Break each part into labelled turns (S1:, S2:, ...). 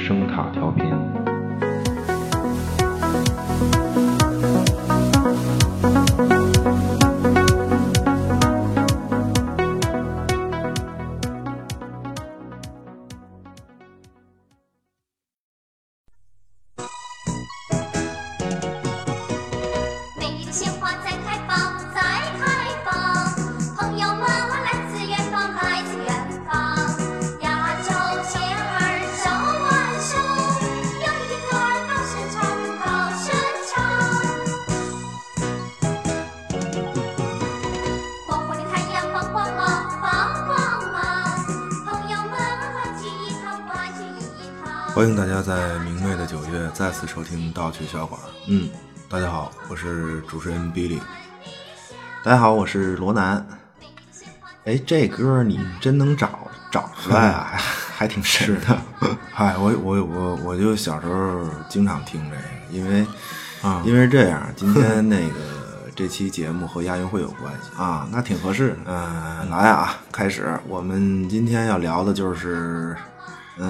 S1: 声塔调频。
S2: 每朵鲜花在开放，在开放，朋友们，我来自远方，来自远方。亚洲前儿手挽手，有一个儿高声唱，高声唱。黄昏的太阳放光芒，放光芒，朋友们，欢聚一堂，欢聚一堂。
S3: 欢迎大家在明媚的九月再次收听盗趣小馆。
S1: 嗯，
S3: 大家好，我是主持人 Billy。
S1: 大家好，我是罗南。哎，这歌你真能找找出来啊，还还挺神的。
S3: 嗨，哎我我我我就小时候经常听这个，因为、
S1: 啊
S3: 因为这样，今天那个这期节目和亚运会有关系。
S1: 啊，那挺合适的。
S3: 嗯，来啊，开始，我们今天要聊的就是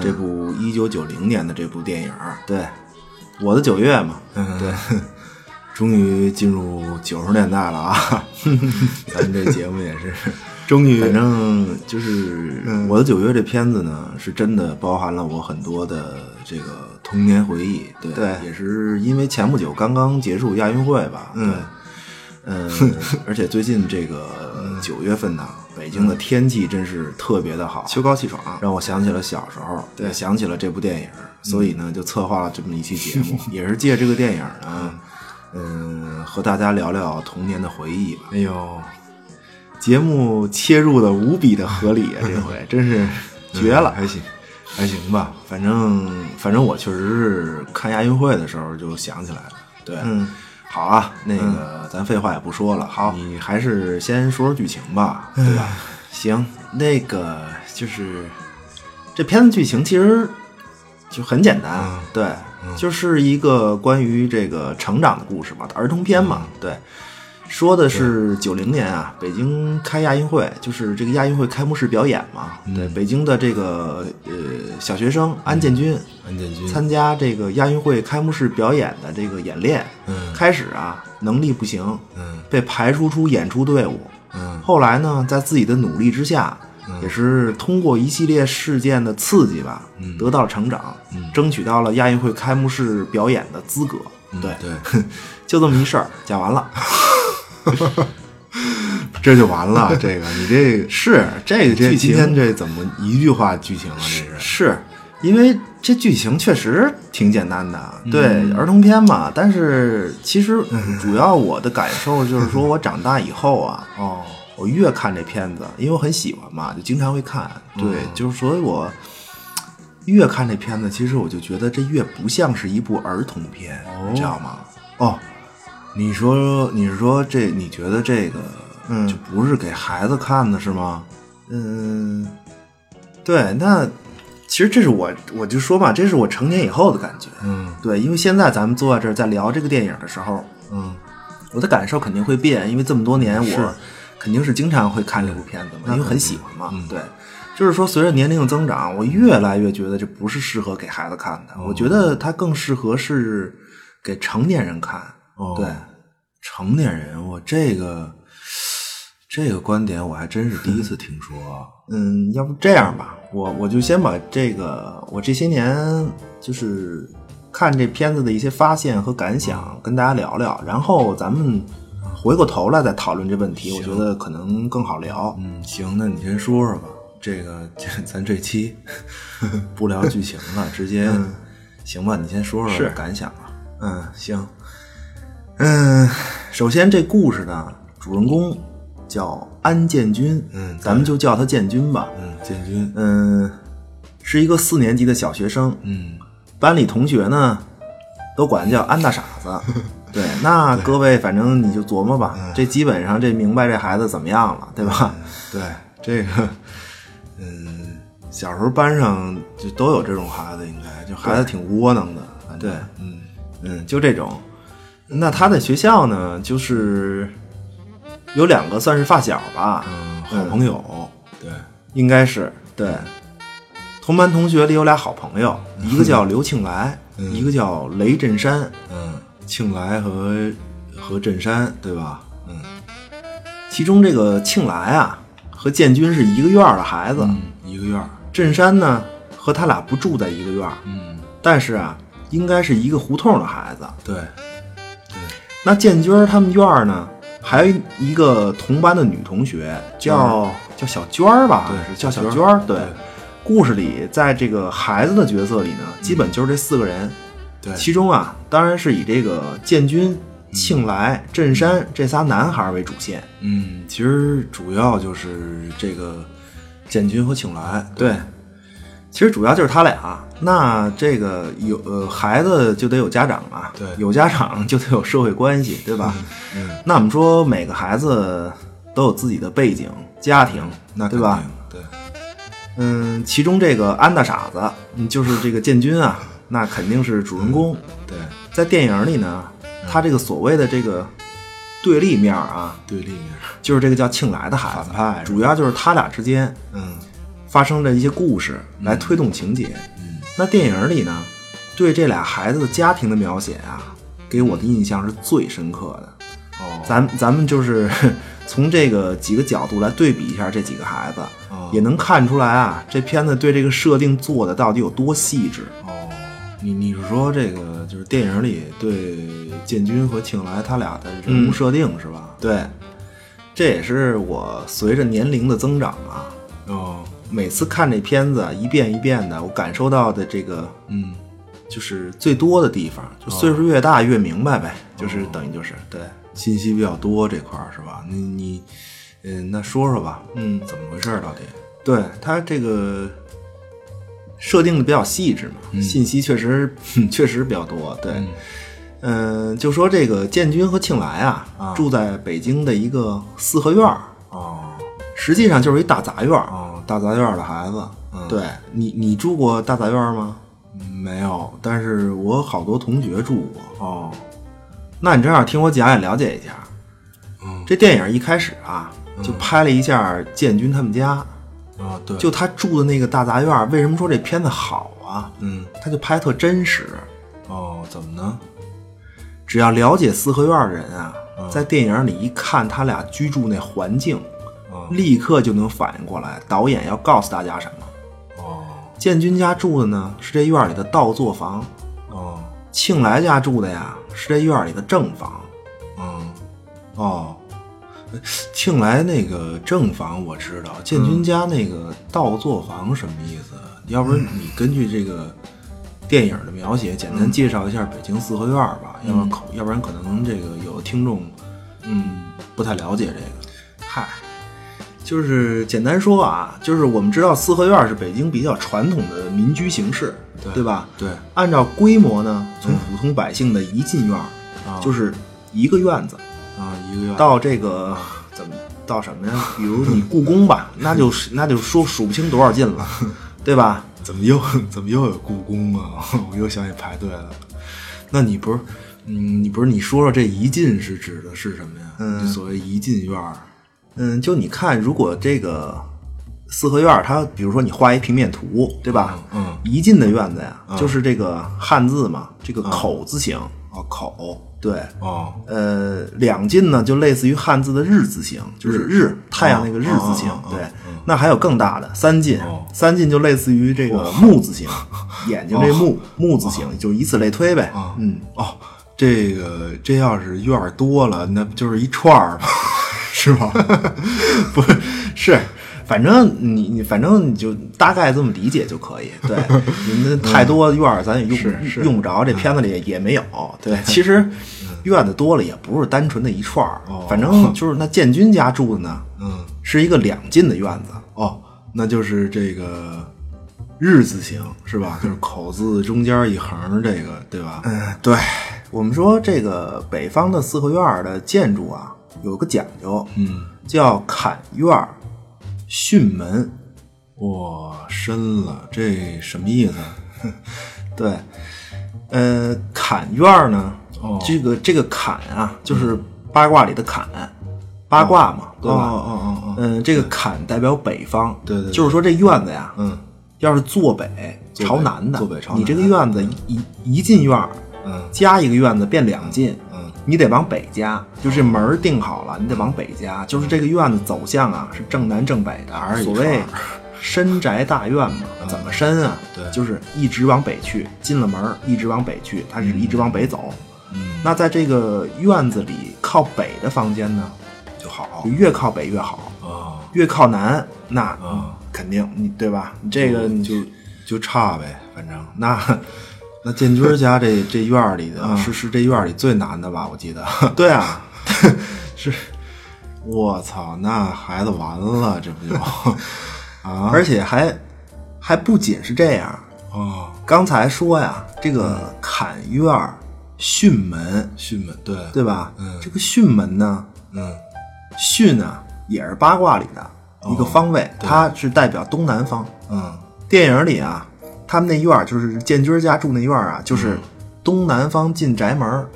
S3: 这部一九九零年的这部电影儿，
S1: 嗯对，嗯我的九月嘛，
S3: 对，终于进入九十年代了 啊！咱们这节目也是，
S1: 终于嗯
S3: 反正就是《我的九月》这片子呢，是真的包含了我很多的这个童年回忆。对，
S1: 对
S3: 也是因为前不久刚刚结束亚运会吧，对
S1: 嗯，
S3: 嗯，而且最近这个九月份呢，北京的天气真是特别的好，
S1: 秋高气爽。啊
S3: 让我想起了小时候，也想起了这部电影，所以呢，就策划了这么一期节 目，也是借这个电影呢，嗯，和大家聊聊童年的回忆吧。
S1: 哎呦，
S3: 节目切入的无比的合理啊，这回真是绝
S1: 嗯
S3: 了，还行。还行吧，反正反正我确实是看亚运会的时候就想起来了，对，
S1: 嗯，
S3: 好啊，那个咱废话也不说了，好，你还是先说说剧情吧，对吧？
S1: 行，那个就是
S3: 这片子剧情其实就很简单，对，就是一个关于这个成长的故事嘛，儿童片嘛，对。说的是九零年啊，北京开亚运会，就是这个亚运会开幕式表演嘛。对，北京的这个呃小学生安建军，
S1: 嗯安建军
S3: 参加这个亚运会开幕式表演的这个演练，
S1: 嗯
S3: 开始啊能力不行，
S1: 嗯
S3: 被排除出演出队伍，
S1: 嗯
S3: 后来呢，在自己的努力之下，也是通过一系列事件的刺激吧，
S1: 嗯
S3: 得到成长，
S1: 嗯
S3: 争取到了亚运会开幕式表演的资格。嗯对，
S1: 对，
S3: 就这么一事 儿，讲完了。这就完 了，这个你这是这个
S1: 剧情
S3: 今天这怎么一句话剧情啊？这
S1: 是
S3: 是因为这剧情确实挺简单的，对、儿童片嘛。但是其实主要我的感受就是说，我长大以后 啊，
S1: 哦，
S3: 我越看这片子，因为我很喜欢嘛，就经常会看。对，就是所以我越看这片子，其实我就觉得这越不像是一部儿童片，你知道吗？哦，你说你是说这你觉得这个
S1: 嗯
S3: 就不是给孩子看的是吗？嗯，对，那其实这是我我就说嘛，这是我成年以后的感觉。
S1: 嗯
S3: 对，因为现在咱们坐在这儿在聊这个电影的时候，
S1: 嗯，
S3: 我的感受肯定会变，因为这么多年
S1: 是
S3: 我肯定是经常会看这部片子嘛，因为很喜欢嘛。
S1: 嗯
S3: 对，就是说随着年龄的增长，我越来越觉得这不是适合给孩子看
S1: 哦
S3: 的，我觉得它更适合是给成年人看。
S1: 哦
S3: 对，成年人，我这个这个观点我还真是第一次听说。
S1: 啊
S3: 嗯，要不这样吧，我我就先把这个我这些年就是看这片子的一些发现和感想跟大家聊聊，然后咱们回过头来再讨论这问题，我觉得可能更好聊。
S1: 嗯，行，那你先说说吧。这个，这咱这 期不聊剧情了，直接、行吧？你先说说
S3: 嗯是
S1: 感想啊吧。
S3: 嗯，行。嗯，首先这故事呢，主人公叫安建军，
S1: 嗯
S3: 咱们就叫他建军吧。
S1: 嗯，建军，
S3: 嗯，是一个四年级的小学生，
S1: 嗯
S3: 班里同学呢都管他叫安大傻 子。对，那各位反正你就琢磨吧，这基本上这明白这孩子怎么样了，嗯对吧？
S1: 对，
S3: 这个， 嗯，小时候班上就都有这种孩子，应该就孩子挺窝囊的，反正
S1: 对，嗯
S3: 嗯，就这种。那他在学校呢，就是有两个算是发小吧，
S1: 嗯，
S3: 嗯
S1: 好朋友，对，
S3: 应该是对。
S1: 同班同学里有俩好朋友，一个叫刘庆来，一个叫雷震山。
S3: 嗯
S1: 庆来和和震山，对吧？
S3: 嗯，
S1: 其中这个庆来啊，和建军是一个院儿的孩子，
S3: 嗯，一个院儿，
S1: 震山呢和他俩不住在一个院儿，
S3: 嗯，
S1: 但是啊，应该是一个胡同的孩子。
S3: 对，
S1: 那建军儿他们院儿呢，还有一个同班的女同学，叫、叫小娟儿吧？
S3: 哦对
S1: 是叫小
S3: 小
S1: 娟
S3: 娟
S1: 儿
S3: 儿。
S1: 对
S3: 对，
S1: 故事里在这个孩子的角色里呢，基本就是这四个人。
S3: 嗯对，
S1: 其中啊，当然是以这个建军、庆来、震山这仨男孩为主线。
S3: 嗯，其实主要就是这个建军和请来，
S1: 对，其实主要就是他俩。那这个有呃孩子就得有家长啊，
S3: 对
S1: 有家长就得有社会关系，对吧？
S3: 嗯，
S1: 那我们说每个孩子都有自己的背景、家庭，
S3: 那
S1: 对
S3: 肯
S1: 吧？
S3: 定，对，
S1: 嗯，其中这个安大傻子，嗯就是这个建军啊，那肯定是主人公。
S3: 对，
S1: 在电影里呢，
S3: 嗯
S1: 他这个所谓的这个对立面啊，
S3: 对立面，
S1: 就是这个叫庆来的孩子，
S3: 反派是吧
S1: 主要就是他俩之间
S3: 嗯
S1: 发生的一些故事来推动情节。
S3: 嗯
S1: 那电影里呢，对这俩孩子的家庭的描写啊，给我的印象是最深刻的。
S3: 哦，
S1: 咱咱们就是 从这个几个角度来对比一下这几个孩子，
S3: 哦
S1: 也能看出来啊，这片子对这个设定做的到底有多细致。
S3: 哦，你你是说这个就是电影里对建军和庆来他俩的人
S1: 嗯
S3: 物设定是吧？
S1: 对，这也是我随着年龄的增长啊，
S3: 哦，
S1: 每次看这片子啊一遍一遍的，我感受到的这个
S3: 嗯，
S1: 就是最多的地方，就岁数越大越明白呗，就是等于就是对，
S3: 哦信息比较多这块儿是吧？你你，嗯，那说说吧，
S1: 嗯，
S3: 怎么回事儿到底？
S1: 对它这个设定的比较细致嘛，
S3: 嗯
S1: 信息确实 确实比较多。对，嗯、就说这个建军和庆来啊，
S3: 啊
S1: 住在北京的一个四合院儿，
S3: 哦
S1: 实际上就是一大杂院儿。
S3: 哦，大杂院儿的孩子，嗯，
S1: 对你，你住过大杂院儿吗？
S3: 嗯，没有，
S1: 但是我好多同学住过。
S3: 哦，
S1: 那你正好听我讲，也了解一下。
S3: 嗯
S1: 这电影一开始啊，就拍了一下建军他们家，
S3: 啊，对，
S1: 就他住的那个大杂院儿。为什么说这片子好啊？
S3: 嗯，
S1: 他就拍特真实。
S3: 哦，怎么呢？
S1: 只要了解四合院儿的人啊，在电影里一看他俩居住那环境，
S3: 嗯，
S1: 立刻就能反应过来导演要告诉大家什么。
S3: 哦
S1: 建军家住的呢是这院儿里的倒座房，
S3: 哦
S1: 庆来家住的呀是这院儿里的正房。
S3: 嗯哦，庆来那个正房我知道，建军家那个倒座房什么意思？要不然你根据这个电影的描写，简单介绍一下北京四合院儿吧，要不然可要不然可能这个有的听众嗯不太了解这个。
S1: 嗨，就是简单说啊，就是我们知道四合院是北京比较传统的民居形式，
S3: 对
S1: 吧？
S3: 对，
S1: 按照规模呢，从普通百姓的一进院儿，
S3: 啊
S1: 就是一个院子，
S3: 啊，一个月
S1: 到这个怎么到什么呀？比如你故 宫吧，那就是那就说数不清多少进了，对吧？
S3: 怎么又怎么又有故宫啊？ 我又想起排队了。那你不是，嗯，你不是你说说这一进是指的是什么呀？
S1: 嗯
S3: 就所谓一进院儿，
S1: 嗯，就你看，如果这个四合院儿，它比如说你画一平面图，对吧？
S3: 嗯嗯
S1: 一进的院子呀，就是这个汉字嘛，这个口字形，
S3: 哦，嗯口，
S1: 对。
S3: 哦，
S1: 呃，两进呢，就类似于汉字的日字形，就是日太阳那个日字形
S3: 哦哦。哦
S1: 对
S3: 哦，
S1: 那还有更大的三进
S3: 哦，
S1: 三进就类似于这个木 字形，眼睛这木木字形，就以此类推呗。
S3: 啊，
S1: 嗯，，
S3: 哦，这个这要是院儿多了，那不就是一串儿吗？ 是吧？
S1: 不是，是，反正你你反正你就大概这么理解就可以。 对，你那太多院儿咱也用不、用不着，
S3: 嗯
S1: 这片子里也没有。 对，其实院子多了也不是单纯的一串儿，
S3: 哦
S1: 反 正就是那建军家住的呢，
S3: 嗯，
S1: 是一个两进的院子。
S3: 哦，那就是这个日字形是 吧？就是口字中间一横，这个对吧？
S1: 嗯，对我们说这个北方的四合院儿的建筑啊，有个讲究，
S3: 嗯，
S1: 叫坎院儿、巽门。
S3: 哇，深了，这什么意思？
S1: 对，呃，坎院儿呢，
S3: 哦
S1: 这个这个坎啊，就是八卦里的坎，八卦嘛，对吧？
S3: 哦哦哦哦
S1: 嗯，这个坎代表北方，
S3: 对对对
S1: 就是说这院子呀，
S3: 嗯，
S1: 要是坐北
S3: 坐北
S1: 朝南的，
S3: 坐北朝南
S1: 你这个院子一一一进院儿，
S3: 嗯
S1: 加一个院子变两进，
S3: 嗯，
S1: 你得往北加，就这门儿定好了，你得往北加，就是这个院子走向啊是正南正北
S3: 还
S1: 的，
S3: 是一
S1: 所
S3: 串儿嗯
S1: 谓深宅大院嘛，怎么深啊？
S3: 对
S1: 就是一直往北去，进了门儿一直往北去，它是一直往北走。
S3: 嗯，
S1: 那在这个院子里靠北的房间呢，
S3: 就好
S1: 就越靠北越好，
S3: 啊
S1: 越靠南那
S3: 啊，
S1: 肯定你对吧？你这个你就
S3: 就差呗，反 正那。那建军儿家这这院儿里的
S1: 啊
S3: 是是这院儿里最难的吧？我记得，
S1: 对 啊，
S3: 我操，那孩子完了，这 不就啊？
S1: 而且还还不仅是这样，
S3: 啊，
S1: 刚才说呀，这个坎院儿嗯巽门，
S3: 巽门对
S1: 对吧？
S3: 嗯
S1: 这个巽门呢，
S3: 嗯哦
S1: 巽啊也是八卦里的一个方位，
S3: 对
S1: 它是代表东南方。
S3: 嗯
S1: 电影里啊，他们那院儿就是建军家住那院儿
S3: 嗯
S1: 啊，就是东南方进宅门儿，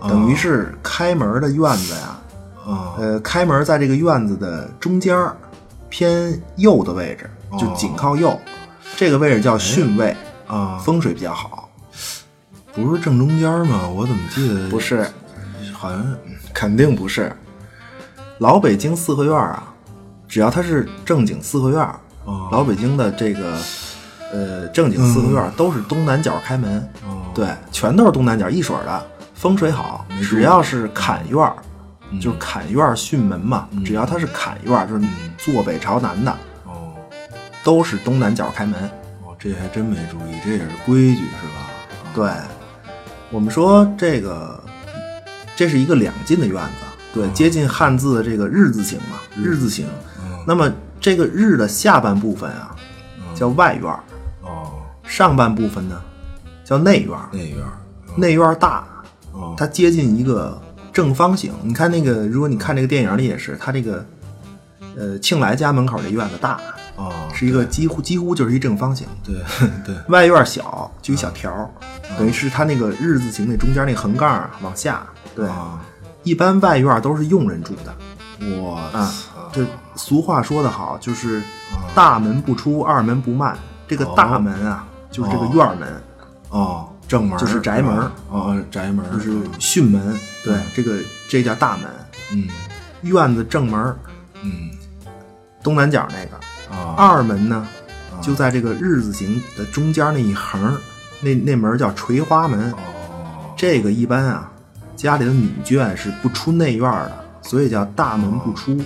S3: 哦
S1: 等于是开门儿的院子呀。
S3: 啊
S1: 呃，开门在这个院子的中间儿，偏右的位置，
S3: 哦
S1: 就紧靠右，这个位置叫巽位，
S3: 啊，
S1: 风水比较好。
S3: 不是正中间儿吗？我怎么记得
S1: 不，是，
S3: 好像
S1: 嗯肯定不是。老北京四合院儿啊，只要它是正经四合院儿，
S3: 哦
S1: 老北京的这个呃正经四合院儿都是东南角开门，
S3: 哦
S1: 对，全都是东南角一水儿的，风水好。只要是坎院儿，就是坎院儿巽门嘛，只要它是坎院儿，就是坐北朝南的，
S3: 哦
S1: 都是东南角开门。
S3: 哦，这还真没注意，这也是规矩是吧？
S1: 对，我们说这个，这是一个两进的院子，对，接近汉字的这个日字形嘛，日字形。
S3: 嗯
S1: 那么这个日的下半部分啊，叫外院儿，
S3: 哦，
S1: 上半部分呢叫内院儿，
S3: 那院儿
S1: 内院儿大，
S3: 哦
S1: 它接近一个正方形。你看那个，如果你看这个电影里也是，它这个，呃，庆来家门口这院子大，
S3: 哦，
S1: 是一个几乎几乎就是一正方形。
S3: 对对，嗯
S1: 外院小，就一小条儿，等于是它那个日字形那中间那横杠啊往下。对，
S3: 啊，
S1: 一般外院都是佣人住的
S3: 我
S1: 啊
S3: 操。
S1: 这俗话说得好，就是
S3: 啊
S1: 大门不出，二门不迈。这个大门啊，就是这个院儿门，
S3: 哦，正门儿
S1: 就是宅门儿
S3: 吧哦，宅门儿
S1: 就是巽门。对，这个这叫大门。
S3: 嗯
S1: 院子正门儿
S3: 嗯
S1: 东南角那个，
S3: 啊
S1: 二门呢就在这个日字形的中间那一横儿，那那门儿叫垂花门。
S3: 哦
S1: 这个一般啊，家里的女眷是不出内院儿的，所以叫大门不出，哦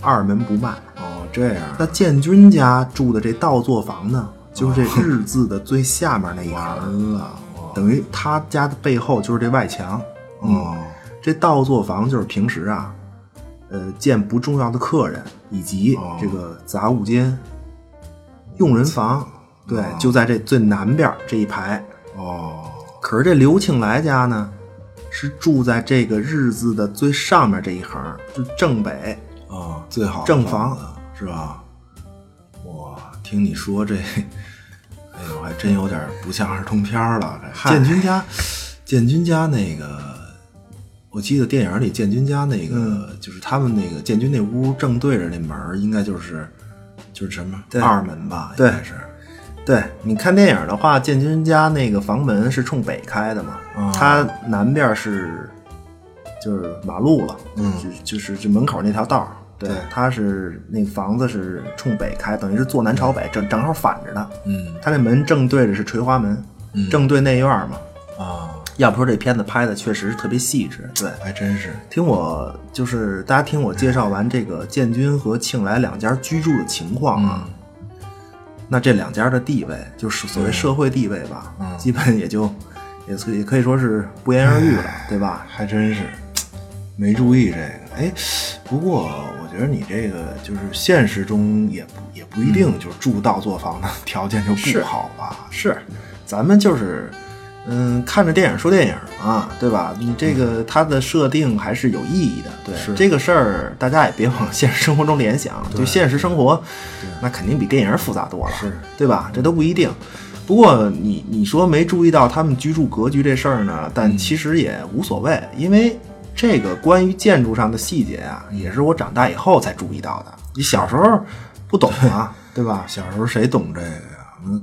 S1: 二门不迈。
S3: 哦这样儿
S1: 那建军家住的这倒座房呢，就是这日字的最下面那一行，
S3: 完了我
S1: 等于他家的背后就是这外墙。
S3: 哦
S1: 这倒座房就是平时啊，呃，见不重要的客人以及
S3: 哦
S1: 这个杂物间、佣人房，
S3: 嗯
S1: 对，就在这最南边儿这一排。
S3: 哦
S1: 可是这刘庆来家呢，是住在这个日字的最上面这一横，就正北。
S3: 哦，最好的
S1: 正房
S3: 子是吧？哇，听你说这， 哎呦，还真有点儿不像儿童片儿了。这
S1: 嗨
S3: 建军家，建军家那个。我记得电影里建军家那个，就是他们那个建军那屋正对着那门儿，应该就是就是什么
S1: 对
S3: 二门吧，应
S1: 对
S3: 该是
S1: 对，你看电影的话，建军家那个房门是冲北开的嘛，
S3: 哦
S1: 它南边是就是马路了，
S3: 嗯
S1: 就就是就门口那条道儿。对
S3: 对，
S1: 它是那房子是冲北开，等于是坐南朝北，正正好反着的。
S3: 嗯
S1: 它那门正对着是垂花门，
S3: 嗯
S1: 正对内院儿嘛。
S3: 啊，
S1: 要不说这片子拍的确实是特别细致，对，
S3: 还真是
S1: 听我就是大家听我介绍完这个建军和庆来两家居住的情况啊，
S3: 嗯
S1: 那这两家的地位，就是所谓社会地位吧，
S3: 嗯
S1: 基本也就也可以也可以说是不言而喻了，对吧？
S3: 哎还真是没注意这个。哎，不过我
S1: 嗯
S3: 觉得你这个就是现实中也不也不一定就是住到作坊的条件就不好吧？
S1: 嗯是，咱们就是嗯，看着电影说电影啊，对吧？你这个它的设定还是有意义的，对
S3: 嗯是
S1: 这个事儿，大家也别往现实生活中联想，就现实生活，那肯定比电影复杂多了，
S3: 是
S1: 对吧？这都不一定。不过你你说没注意到他们居住格局这事儿呢，但其实也无所谓，因为这个关于建筑上的细节啊，也是我长大以后才注意到的。你小时候不懂啊，对吧？
S3: 小时候谁懂这个呀？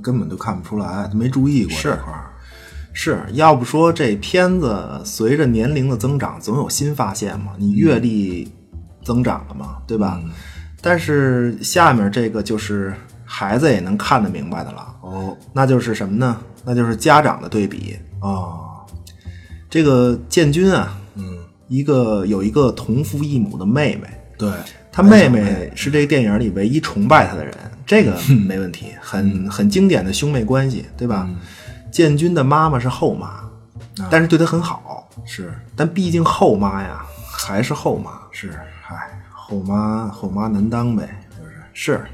S3: 根本就看不出来，没注意过
S1: 是
S3: 这块儿。
S1: 是要不说这片子随着年龄的增长，总有新发现嘛，你阅历增长了嘛，对吧？但是下面这个就是孩子也能看得明白的了，
S3: 哦
S1: 那就是什么呢？那就是家长的对比。
S3: 哦，
S1: 这个建军啊，
S3: 嗯，
S1: 一个有一个同父异母的妹妹，
S3: 对，
S1: 他
S3: 哎
S1: 妹妹是这个电影里唯一崇拜他的人，这个
S3: 嗯
S1: 没问题，很很经典的兄妹关系，对吧？建军的妈妈是后妈，但是对他很好，
S3: 啊是
S1: 但毕竟后妈呀还是后妈，
S3: 是，哎嗨，
S1: 后妈后妈难当呗，就是是。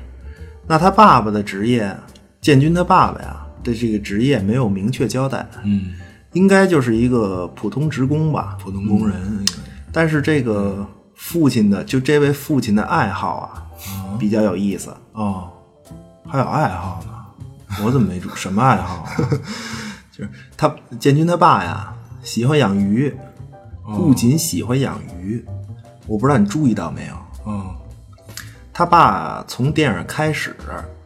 S1: 那他爸爸的职业，建军他爸爸呀对这个职业没有明确交代，
S3: 嗯，
S1: 应该就是一个普通职工吧，嗯
S3: 普通工人应该是，
S1: 但是这个父亲的，就这位父亲的爱好啊，比较有意思。
S3: 哦，还有爱好 呢，我怎么没注什么爱好 啊？
S1: 他建军他爸呀，喜欢养鱼，
S3: 哦
S1: 不仅喜欢养鱼，我不知道你注意到没有，
S3: 哦，
S1: 他爸从电影开始，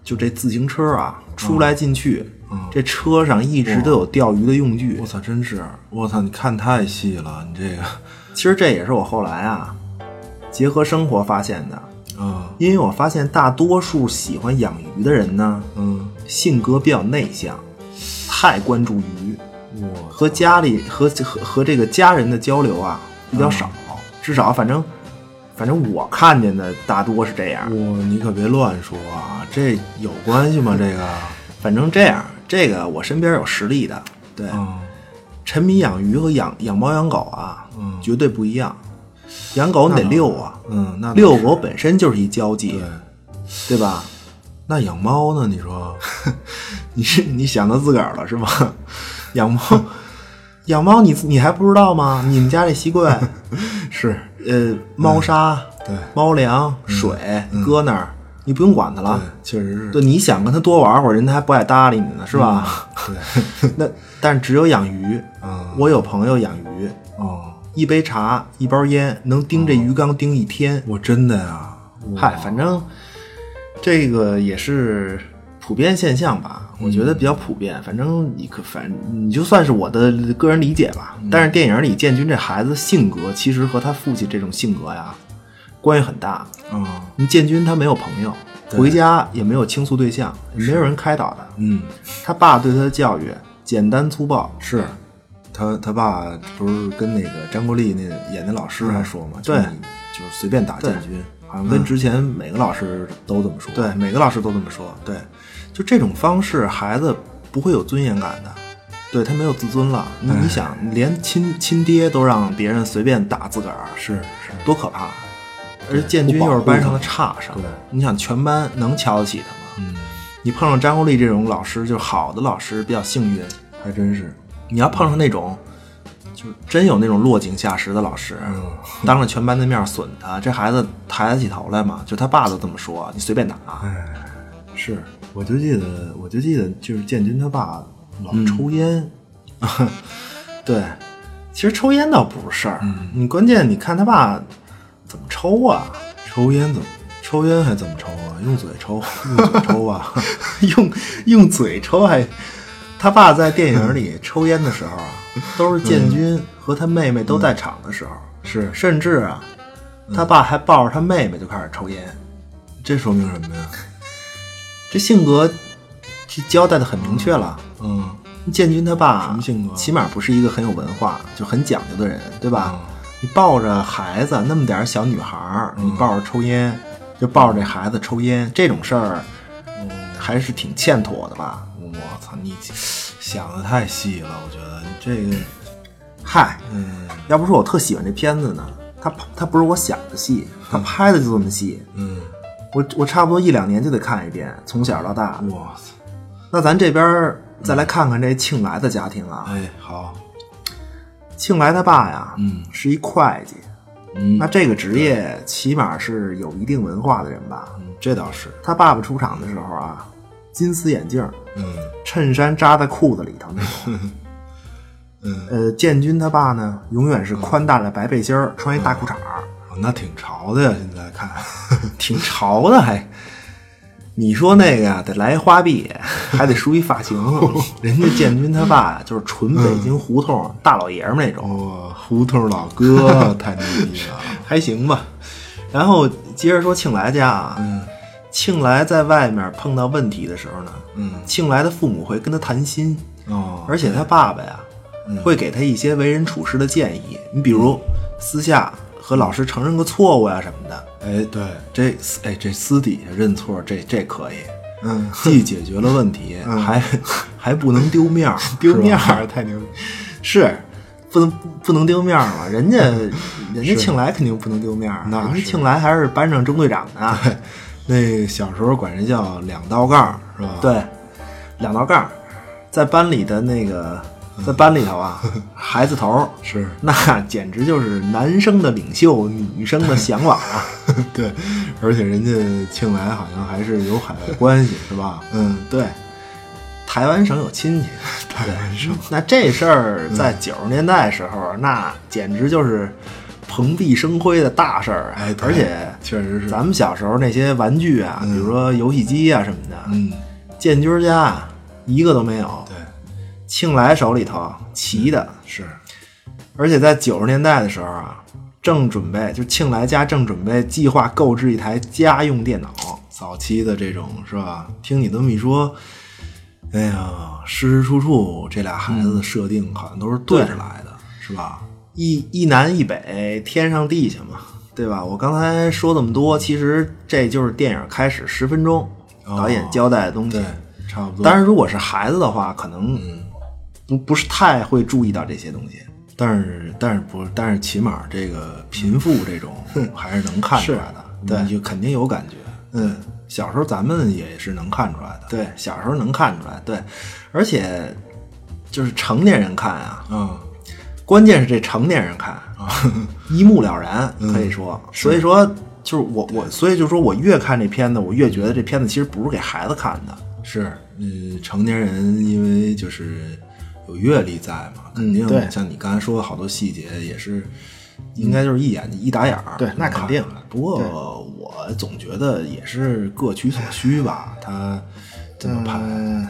S1: 就这自行车啊，
S3: 哦
S1: 出来进去，这车上一直都有钓鱼的用具
S3: 我。操，真是，我操，你看太细了，你这个，
S1: 其实这也是我后来啊，结合生活发现的，
S3: 啊，
S1: 因为我发现大多数喜欢养鱼的人呢，
S3: 嗯，
S1: 性格比较内向，太关注于
S3: 我
S1: 和家里和和和这个家人的交流啊比
S3: 嗯
S1: 较少，至少反正反正我看见的大多是这样。
S3: 我你可别乱说啊，这有关系吗？这个，
S1: 反正这样，这个我身边有实例的，对，
S3: 嗯，
S1: 沉迷养鱼和养养猫养狗啊，
S3: 嗯
S1: 绝对不一样。养狗你得
S3: 那倒是
S1: 遛啊，
S3: 嗯，那
S1: 遛
S3: 是
S1: 狗本身就是一交际，
S3: 对，
S1: 对吧？
S3: 那养猫呢？你说，
S1: 你是你想到自个儿了是吗？ 养猫，养猫你你还不知道吗？你们家这习惯
S3: 是嗯
S1: 呃，猫砂、
S3: 对嗯
S1: 猫粮、水搁那儿，你不用管它了
S3: 对。，确实是，
S1: 对，你想跟它多玩会儿，人家还不爱搭理你呢，是吧？
S3: 对，
S1: 那但是只有养鱼，
S3: 嗯
S1: 我有朋友养鱼，
S3: 哦，
S1: 一杯茶，一包烟，能盯这鱼缸盯一天。
S3: 哦我真的呀，我
S1: 嗨，反正这个也是普遍现象吧，
S3: 嗯
S1: 我觉得比较普遍。反正你可反你就算是我的个人理解吧。
S3: 嗯
S1: 但是电影里建军这孩子性格，其实和他父亲这种性格呀关系很大。
S3: 啊，
S1: 你建军他没有朋友，
S3: 对
S1: 回家也没有倾诉对象，也没有人开导他。
S3: 嗯，
S1: 他爸对他的教育简单粗暴，
S3: 是。他他爸不是跟那个张国立那演那老师还说嘛，就
S1: 对
S3: 你就是随便打
S1: 对
S3: 建军，
S1: 好像跟之前每个老师
S3: 都这么说。
S1: 对每个老师都这么说。对，就这种方式，孩子不会有尊严感的。对他没有自尊了，
S3: 哎
S1: 你你想，连亲亲爹都让别人随便打自个儿，
S3: 是是，
S1: 多可怕！而建军又是班上的差生，
S3: 对
S1: 你想全班能瞧得起他吗？
S3: 嗯，
S1: 你碰上张国立这种老师，就是好的老师比较幸运。
S3: 还真是，
S1: 你要碰上那种，就是真有那种落井下石的老师，
S3: 嗯
S1: 当着全班的面损他，这孩子抬得起头来吗？就他爸都这么说，你随便啊打。
S3: 哎是，我就记得，我就记得，就是建军他爸老抽烟，
S1: 嗯 对，其实抽烟倒不是事儿，
S3: 嗯
S1: 你关键你看他爸怎么抽啊，
S3: 抽烟怎么抽烟还怎么抽啊？用嘴抽，用嘴抽啊？
S1: 用用嘴抽还。他爸在电影里抽烟的 时候啊，都是建军和他妹妹都在场的时候，
S3: 是，
S1: 甚至啊，他爸还抱着他妹妹就开始抽烟。
S3: 嗯这说明什么呀？
S1: 这性格这交代的很明确了。
S3: 嗯，
S1: 建军他爸
S3: 什么性格
S1: 起码不是一个很有文化、就很讲究的人，对吧？
S3: 嗯
S1: 你抱着孩子那么点儿小女孩儿，你抱着抽烟，就抱着这孩子抽烟，这种事儿嗯还是挺欠妥的吧？
S3: 我操，你想的太细了，我觉得你这个，
S1: 嗨，
S3: 嗯
S1: 要不说我特喜欢这片子呢，他他不是我想的细，他拍的就这么细，
S3: 嗯，
S1: 我我差不多一两年就得看一遍，从小到大。
S3: 我操，
S1: 那咱这边儿再来看看这庆来的家庭啊，
S3: 哎，好，
S1: 庆来他爸呀，
S3: 嗯
S1: 是一会计。
S3: 嗯
S1: 那这个职业起码是有一定文化的人吧？
S3: 嗯，这倒是，
S1: 他爸爸出场的时候啊，金丝眼镜儿，
S3: 嗯
S1: 衬衫扎在裤子里头那 种。
S3: 嗯，
S1: 呃，建军他爸呢，永远是宽大的白背心儿，穿一大裤 衩儿，
S3: 哦那挺潮的呀，现在看，
S1: 挺潮的还。你说那个呀，得来一花臂，还得梳一发型。 人家建军他爸呀，就是纯北京胡同大老爷们儿那种，
S3: 哇，哦胡同老哥太牛逼了！
S1: 还行吧。然后接着说庆来家啊，庆来在外面碰到问题的时候呢，
S3: 嗯
S1: 庆来的父母会跟他谈心，
S3: 哦，
S1: 而且他爸爸呀，
S3: 嗯
S1: 会给他一些为人处事的建议。你比如私下和老师承认个错误呀、什么的，
S3: 哎，对，
S1: 这私哎这私底下认错，这这可以，
S3: 嗯，
S1: 既解决了问题， 还还不能丢面儿，
S3: 丢
S1: 是吧
S3: 面儿太牛逼，
S1: 是。不能不能丢面儿嘛，人家人家庆来肯定不能丢面儿，啊
S3: 那
S1: 人家
S3: 是
S1: 庆来还是班上中队长呢。
S3: 那小时候管人叫两道杠儿是吧？，
S1: 对，两道杠儿，在班里的那个，在班里 头啊，孩子头儿
S3: 嗯是，
S1: 那简直就是男生的领袖，女生的向往啊！
S3: 对，而且人家庆来好像还是有海外关系是吧？
S1: 嗯，对，台湾省有亲 戚，
S3: 太难受了，
S1: 那这事儿
S3: 嗯
S1: 在九十年代时候，那简直就是蓬荜生辉的大事儿啊。
S3: 哎，对
S1: 而且
S3: 确实是，
S1: 咱们小时候那些玩具啊，比如说游戏机啊什么的，
S3: 嗯，
S1: 建军家啊一个都没有。
S3: 对，嗯
S1: 庆来手里头齐的，
S3: 是，
S1: 而且在九十年代的时候啊，正准备就庆来家正准备计划购置一台家用电脑。
S3: 早期的这种是吧？
S1: 听你这么一说，哎呀，实实处处这俩孩
S3: 孩
S1: 子
S3: 子的设定好像都是嗯
S1: 对
S3: 对着来的，是吧？
S1: 一一南一北，天上地下嘛，对吧？我刚才说这么多，其实这就是电影开始十分钟
S3: 哦
S1: 导演交代的东西。
S3: 对，差不多。嗯
S1: 当然，如果是孩子的话，可能不不是太会注意到这些东西。
S3: 但是但是不，但是起码这个贫富这种还嗯 是能看出来的，
S1: 是对
S3: 你就肯定有感觉。
S1: 嗯，
S3: 小时候咱们也是能看出来的，，
S1: 对，小时候能看出来，对，而且就是成年人看啊，
S3: 嗯，
S1: 关键是这成年人看，啊一目了然，
S3: 嗯
S1: 可以说，所以说就是我我，所以就说我越看这片子，我越觉得这片子其实不是给孩子看的，
S3: 是，嗯，成年人因为就是有阅历在嘛，肯定
S1: 嗯对嗯
S3: 像你刚才说的好多细节也是，应该就是一眼一打眼儿，
S1: 对那
S3: 能
S1: 肯
S3: 看
S1: 定
S3: 出来不过
S1: 对
S3: 我总觉得也是各取所需吧，他这么拍，
S1: 嗯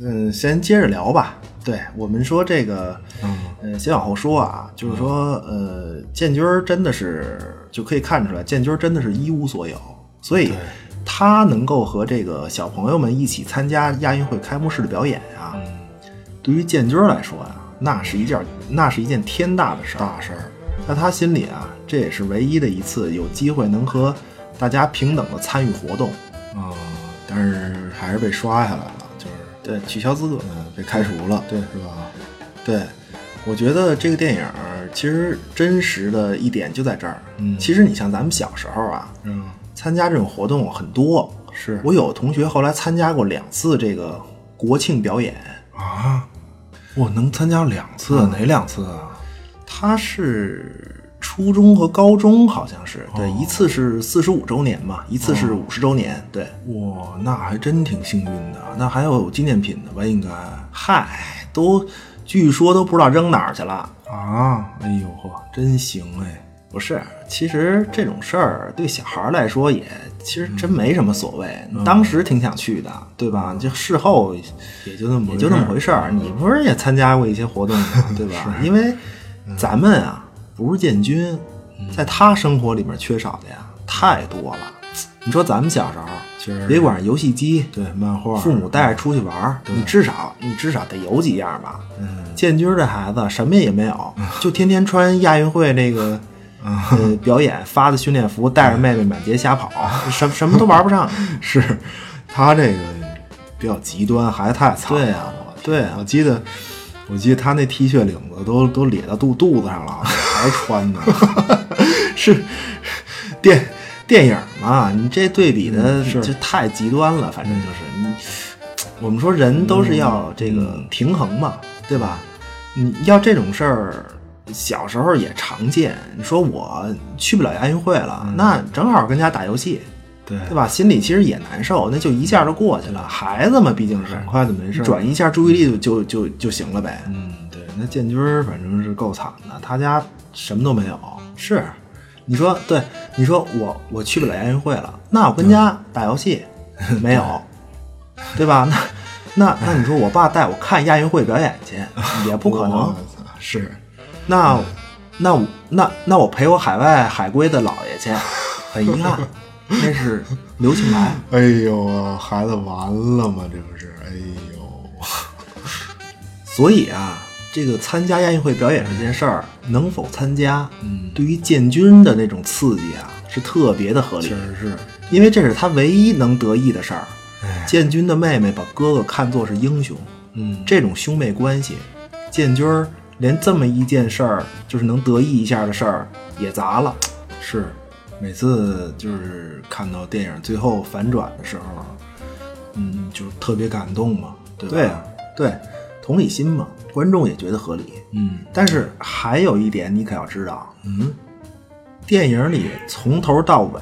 S1: 嗯，先接着聊吧。对我们说这个，
S3: 嗯
S1: 呃，先往后说啊，就是说，呃，建军儿真的是就可以看出来，建军儿真的是一无所有，所以
S3: 对
S1: 他能够和这个小朋友们一起参加亚运会开幕式的表演啊，对于建军儿来说啊，那是一件那是一件天大的事儿，大事儿。在他心里啊，这也是唯一的一次有机会能和大家平等的参与活动。
S3: 啊、
S1: 哦
S3: 但是还是被刷下来了，就是
S1: 对，取消资格，
S3: 嗯、被开除了，
S1: 对
S3: 是吧？
S1: 对，我觉得这个电影儿其实真实的一点就在这儿。
S3: 嗯
S1: 其实你像咱们小时候啊，
S3: 嗯，
S1: 参加这种活动很多。
S3: 是
S1: 我有同学后来参加过两次这个国庆表演，嗯
S3: 啊，我能参加两次，哪两次啊？
S1: 他是初中和高中好像是，对，
S3: 哦
S1: 一次是四十五周年嘛，一次是五十周年，对。
S3: 哇，那还真挺幸运的，啊那还有纪念品的吧？应该
S1: 嗨，都据说都不知道扔哪儿去了。
S3: 啊，哎呦呵，真行哎，
S1: 不是，其实这种事儿对小孩儿来说也其实
S3: 嗯
S1: 真没什么所谓。你当时挺想去的，对吧？就事后
S3: 也就那么
S1: 也就那么回
S3: 事嗯
S1: 事儿。你不是也参加过一些活动吗？对吧？因为
S3: 嗯
S1: 咱们啊不是建军，在他生活里面缺少的呀太多了。你说咱们小时
S3: 确实是
S1: 候，别管是游戏
S3: 儿。
S1: 机，
S3: 对，漫画，
S1: 父母带着出去玩儿，你至少你至少得有几样吧。
S3: 嗯，
S1: 建军儿这孩子什么也没有，就天天穿亚运会那个
S3: 嗯
S1: 呃表演发的训练服，带着妹妹满街瞎跑，什什么都玩不上。
S3: 嗯 是他这个比较极端，孩子太惨了。
S1: 对啊
S3: 我天
S1: 对啊
S3: 我记得，我记得他那 T 恤领子都都咧到肚肚子上了，还穿 呢。
S1: 是电电影嘛，你这对比的
S3: 嗯是嗯
S1: 就太极端了，反正就是你，我们说人都是要这个平衡嘛，对吧？你要这种事儿。小时候也常见，你说我去不了亚运会了，
S3: 嗯
S1: 那正好跟家打游戏，
S3: 对
S1: 对吧？心里其实也难受，那就一下就过去了。孩子嘛，毕竟是
S3: 很快就没事儿了
S1: 转移一下注意力就就就就行了呗。
S3: 嗯，对，那建军儿反正是够惨的，他家什么都没有。
S1: 是， 你说对，你说我我去不了亚运会了，那我跟家打游戏，没有，对吧？那那那你说我爸带我看亚运会表演 去，也不可能
S3: 我。是嗯
S1: 那那我那那我陪我海外海归的姥爷去，啊很遗憾，那是刘庆来。
S3: 哎呦，孩子完了吗？这不是？哎呦，
S1: 所以啊，这个参加亚运会表演这件事儿能否参加，
S3: 嗯
S1: 对于建军的那种刺激啊，是特别的合理
S3: 确
S1: 的，
S3: 实是，
S1: 因为这是他唯一能得意的事儿。
S3: 哎，
S1: 建军的妹妹把哥哥看作是英雄，
S3: 嗯，
S1: 这种兄妹关系，建军儿连这么一件事儿，就是能得意一下的事儿也砸了。
S3: 是每次就是看到电影最后反转的时候，嗯，就特别感动嘛，对吧？
S1: 对啊，对，同理心嘛，观众也觉得合理。
S3: 嗯
S1: 但是还有一点，你可要知道，
S3: 嗯，
S1: 电影里从头到尾，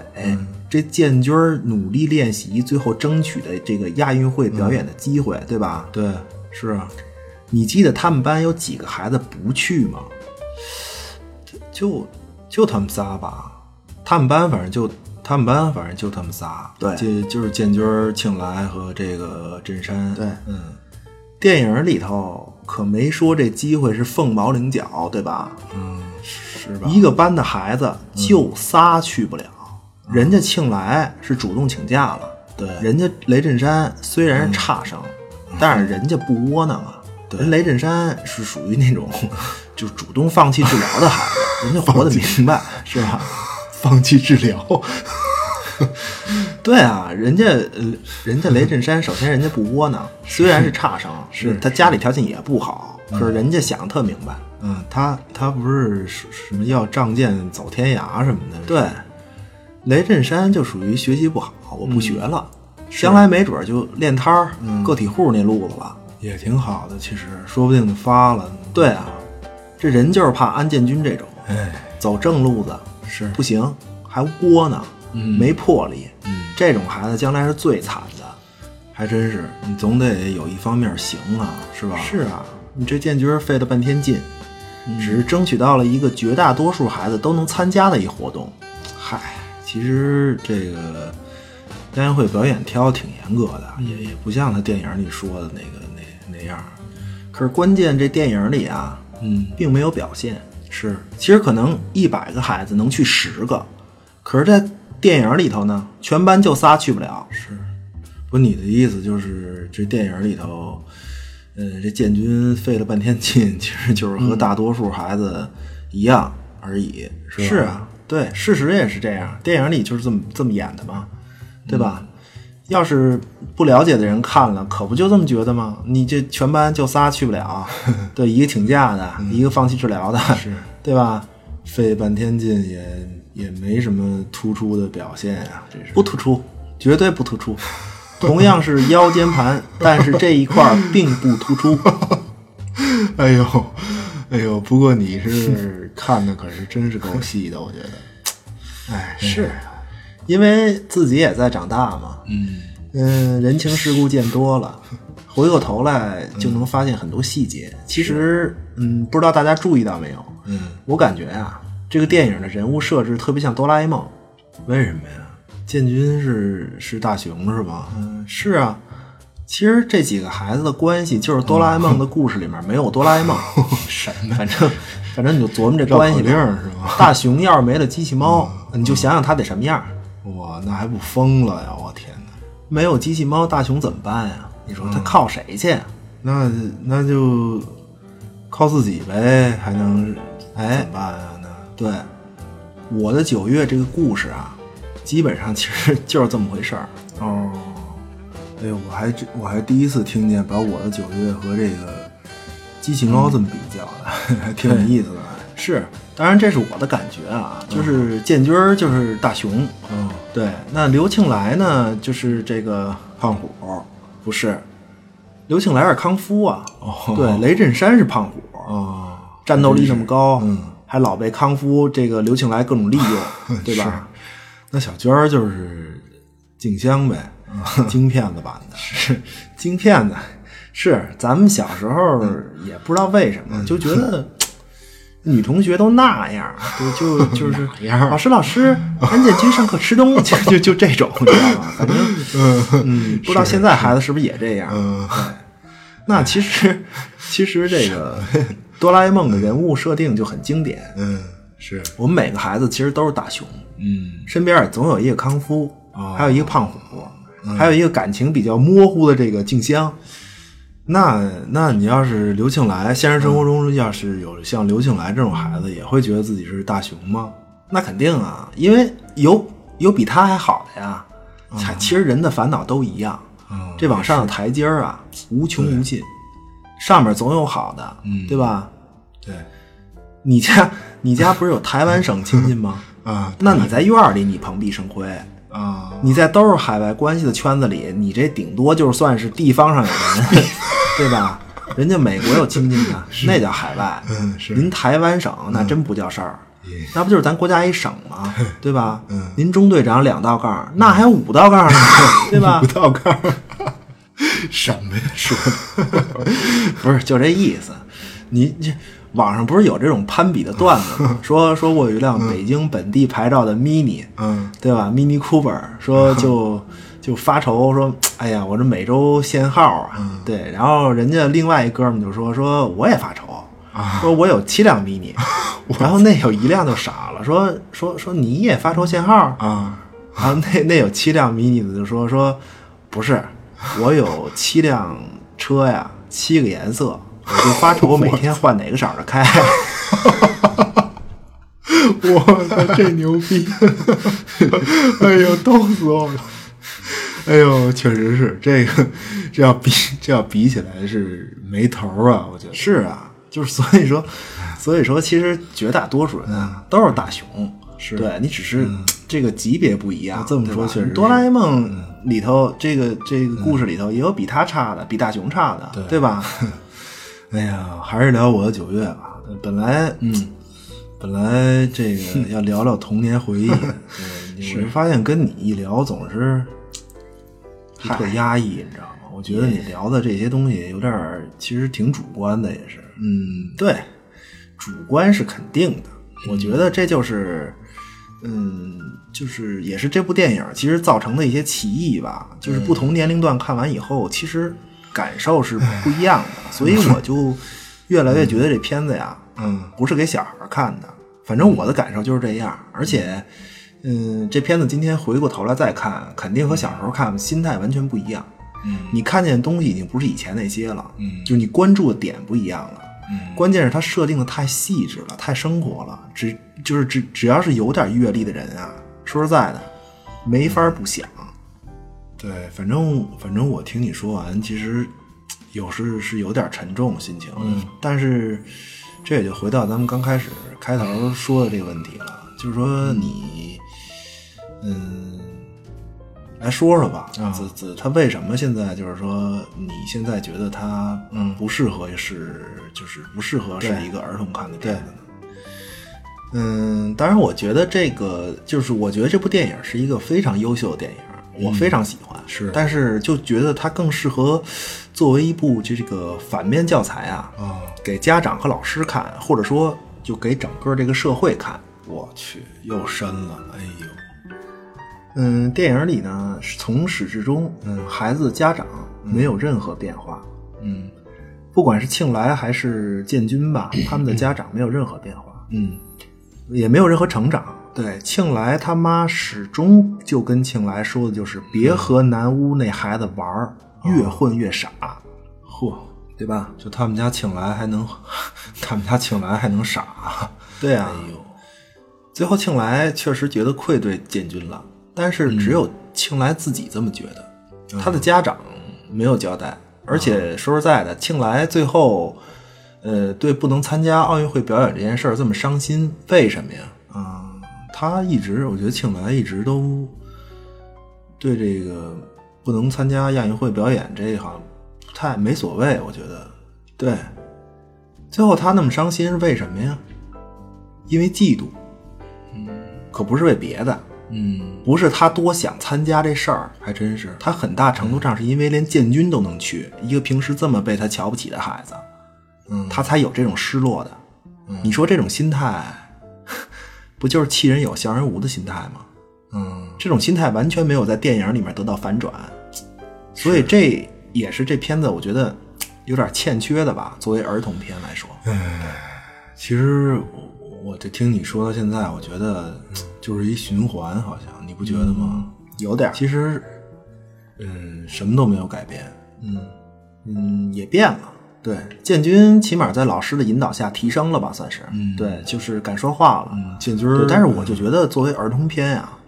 S1: 这建军儿努力练习，最后争取的这个亚运会表演的机会，嗯对吧？
S3: 对，是啊，
S1: 你记得他们班有几个孩子不去吗？
S3: 就就他们仨吧，他们班反正就他们班反正就他们仨，
S1: 对
S3: 就就是建军儿、庆来和这个振山，
S1: 对
S3: 嗯
S1: 电影里头可没说这机会是凤毛麟角，对吧？
S3: 嗯，是吧？
S1: 一个班的孩子就仨去不了，人家庆来是主动请假了，
S3: 嗯对嗯
S1: 人家雷震山虽然是差生，但是人家不窝囊啊。
S3: 对
S1: 人雷震山是属于那 种就主动放弃治疗的孩子，人家活得 明白，是吧？
S3: 放弃治疗，
S1: 对啊，人家呃人家雷震山，首先人家不窝囊，虽然是差生，
S3: 是
S1: 他家里条件也不好，可是人家想的特明白。
S3: 嗯，他他不是什什么要仗剑走天涯什么的，
S1: 对，雷震山就属于学习不好，我不学了，
S3: 嗯
S1: 将来没准儿就练摊儿、个体户那路子了。
S3: 也挺好的，其实说不定就发了，
S1: 对啊，这人就是怕安建军 这种，
S3: 哎，
S1: 走正路子
S3: 是
S1: 不行，还窝囊，
S3: 嗯
S1: 没魄力，
S3: 嗯
S1: 这种孩子将来是最惨的。
S3: 还真是，你总得有一方面行啊，是吧？
S1: 是啊，你这建军儿费了半天劲，
S3: 嗯
S1: 只是争取到了一个绝大多数孩子都能参加的一活动。
S3: 嗨，其实这个亚运会表演挑挺严格的，
S1: 嗯
S3: 也也不像他电影里说的那个那那样儿。
S1: 可是关键这电影里啊，
S3: 嗯，
S1: 并没有表现。
S3: 是
S1: 其实可能一百个孩子能去十个，可是，在电影里头呢，全班就仨去不了。
S3: 是，不，你的意思就是这电影里头，呃，这建军费了半天 劲，其实就是和大多数孩子一样而已，嗯是吧？
S1: 是啊，对，事实也是这样，电影里就是这么这么演的嘛，对吧？
S3: 嗯
S1: 要是不了解的人看了，可不就这么觉得吗？你这全班就仨去不 了，对，一个请假的，一个放弃治疗的，
S3: 嗯是
S1: 对吧？
S3: 费半天劲也也没什么突出的表现呀、这是
S1: 不突出，啊绝对不突出。同样是腰间盘，但是这一块儿并不突出。
S3: 哎呦，哎呦！不过你是看的可是真是够细的，我觉得。哎，
S1: 是，因为自己也在长大嘛，
S3: 嗯，
S1: 嗯，人情世故见多了，回过头来就能发现很多细节。其实，嗯，不知道大家注意到没有？
S3: 嗯，
S1: 我感觉啊，这个电影的人物设置特别像哆啦 A 梦。
S3: 为什么呀？建军是是大熊是吧？
S1: 嗯，是啊，其实这几个孩子的关系就是哆啦 A 梦的故事里面没有哆啦 A 梦，
S3: 什
S1: 反正反正你就琢磨这
S3: 哦绕
S1: 关
S3: 口
S1: 系吧
S3: 令儿是吗？嗯
S1: 大熊要是没了机器猫，你就想想他得什么样。
S3: 哇，那还不疯了呀！我天哪，嗯
S1: 没有机器猫，大熊怎么办呀？你说他靠谁去呀？
S3: 那那就靠自己呗，还能哎怎么办啊？那
S1: 对，我的九月这个故事啊，基本上其实 就是这么回事儿。
S3: 哦，
S1: 嗯
S3: 哎呦，我还真我还第一次听见把我的九月和这个机器猫这么比较的， 还挺有意思的。啊
S1: 是，当然这是我的感觉啊，就是建军儿就是大熊，
S3: 嗯，
S1: 对，那刘庆来呢就是这个胖虎，不是，刘庆来是康夫啊，
S3: 哦
S1: 对，雷震山是胖虎，
S3: 哦，
S1: 战斗力那么高，
S3: 嗯
S1: 还老被康夫这个刘庆来各 种利用，对吧？
S3: 那小娟儿就是静香呗，
S1: 京片子版的，嗯是京片嗯 子，是咱们小时候也不知道为什么、就觉得女同学都那样，就 就就是
S3: 哪样
S1: 老师老 师，赶紧去上课吃东西，就就这 种，你知道吗？反正嗯，不知道现在孩子是不是也这样？
S3: 嗯
S1: 对，那其 实其实这 个哆啦 A 梦的人物设定就很经典，
S3: 嗯，是，
S1: 我们每个孩子其实都是大熊，
S3: 嗯
S1: 身边也总有一个康夫，
S3: 哦嗯
S1: 还有一个胖虎，还有一个感情比较模糊的这个静香。
S3: 那那你要是刘庆来，现实生活中要是有像刘庆来这种孩子，也会觉得自己是大熊吗？
S1: 那肯定啊，因为有有比他还好的呀。才其实人的烦恼都一样，
S3: 嗯
S1: 这往上的台阶儿啊，无穷无尽，上面总有好的，
S3: 嗯
S1: 对吧？
S3: 对
S1: 你家你家不是有台湾省亲戚吗？
S3: 啊
S1: 那你在院儿里你蓬荜生辉，
S3: 啊，
S1: 你在都是海外关系的圈子里，你这顶多就算是地方上有人， 对吧？人家美国有亲戚 呢，那叫海外。
S3: 嗯是嗯
S1: 您台湾省那真不叫事儿，那不就是咱国家一省吗？对吧？
S3: 嗯
S1: 您中队长两道杠，那还有五道 杠呢，对吧
S3: 不？到杠儿， 什么呀？说
S1: 不是，就这意思。你这网上不是有这种攀比的段 子吗？说说我有一辆北京本地牌照的 Mini，
S3: 嗯
S1: 对吧？Mini Cooper 说就就发愁说，哎呀，我这每周限号啊，
S3: 嗯
S1: 对。然后人家另外一哥们就说说我也发愁，
S3: 啊
S1: 说我有七辆 Mini，然后那有一辆就傻了，说说说你也发愁限号
S3: 啊
S1: 然后那那有七辆 mini 的就说说，不是，我有七辆车呀，七个颜色，我就发愁我每天换哪个色儿的开。
S3: 我操，这牛逼！哎呦，逗死我了！ 哎呦，确实是这个，这要比这要比起来是没头儿啊，我觉得
S1: 是啊，就是所以说，所以说其实绝大多数人啊都是大熊，
S3: 是嗯
S1: 对你只是这个级别不一样。
S3: 这么说
S1: 对吧
S3: 确实是嗯
S1: 哆啦 A 梦里头这个这个故事里头也有比他差的，比大熊差的，对吧？
S3: 哎呀，还是聊我的九月吧。本来，嗯，本来这个要聊聊童年回忆，对我就发现跟你一聊总是就特压抑，你知道吗？我觉得你聊的这些东西有点儿，其实挺主观的，也是。
S1: 嗯，对，主观是肯定的。我觉得这就是，嗯，就是也是这部电影其实造成的一些歧义吧。就是不同年龄段看完以后，其实感受是不一样的。所以我就越来越觉得这片子呀，
S3: 嗯
S1: 不是给小孩儿看的。反正我的感受就是这样。而且，嗯，这片子今天回过头来再看，肯定和小时候看心态完全不一样。
S3: 嗯
S1: 你看见的东西已经不是以前那些了，
S3: 嗯
S1: 就是你关注的点不一样了。
S3: 嗯
S1: 关键是它设定的太细致了，太生活了，只就是只只要是有点阅历的人啊，说实在的，没法不想。嗯
S3: 对，反正反正我听你说完，其实有时是有点沉重心情，
S1: 但是这也就回到咱们刚开始开头说的这个问题了，就是说你，嗯，来说说吧，
S3: 啊
S1: 子子他为什么现在就是说你现在觉得他不适合是、就是不适合是
S3: 嗯对
S1: 一个儿童看的片子呢？嗯，当然，我觉得这个就是，我觉得这部电影是一个非常优秀的电影，我非常喜欢。
S3: 嗯是
S1: 但是就觉得它更适合作为一部这个反面教材啊，
S3: 啊，
S1: 给家长和老师看，或者说就给整个这个社会看。
S3: 我去，又深了，哎呦，
S1: 嗯，电影里呢，是从始至终，嗯，孩子的家长没有任何变化，
S3: 嗯
S1: 不管是庆来还是建军吧，他们的家长没有任何变化。
S3: 嗯
S1: 也没有任何成长。对，庆来他妈始终就跟庆来说的就是别
S3: 嗯
S1: 和南屋那孩子玩儿，越混越傻，
S3: 哦嚯，
S1: 对吧？
S3: 就他们家请来还能， 他们家请来还能傻， 哎
S1: 对啊。最后庆来确实觉得愧对建军了，但
S3: 嗯
S1: 是只有庆来自己这么觉得，他的家长没有交代。而且说实在的，庆来最后，呃，对不能参加奥运会表演这件事儿这么伤心，为什么呀？
S3: 嗯，他一直，我觉得庆来一直都
S1: 对这个不能参加亚运会表演这一行不太没所谓，我觉得。对，最后他那么伤心是为什么呀？因为嫉妒，嗯，可不是为别的，
S3: 嗯
S1: 不是他多想参加这事儿，还真是他很大程度上是因为连建军都能去，一个平时这么被他瞧不起的孩子，
S3: 嗯，
S1: 他才有这种失落的。你说这种心态，不就是弃人有笑人无的心态吗？
S3: 嗯，
S1: 这种心态完全没有在电影里面得到反转，所以这也是这片子我觉得有点欠缺的吧。作为儿童片来说，
S3: 其实我我这听你说到现在，我觉得就是一循环，好像你不觉得吗？
S1: 嗯有点儿，
S3: 其实，嗯，什么都没有改变。
S1: 嗯嗯，也变了。对，建军起码在老师的引导下提升了吧，算是。
S3: 嗯
S1: 对，就是敢说话了。
S3: 嗯，建军
S1: 对
S3: 儿，
S1: 但是我就觉得，作为儿童片啊，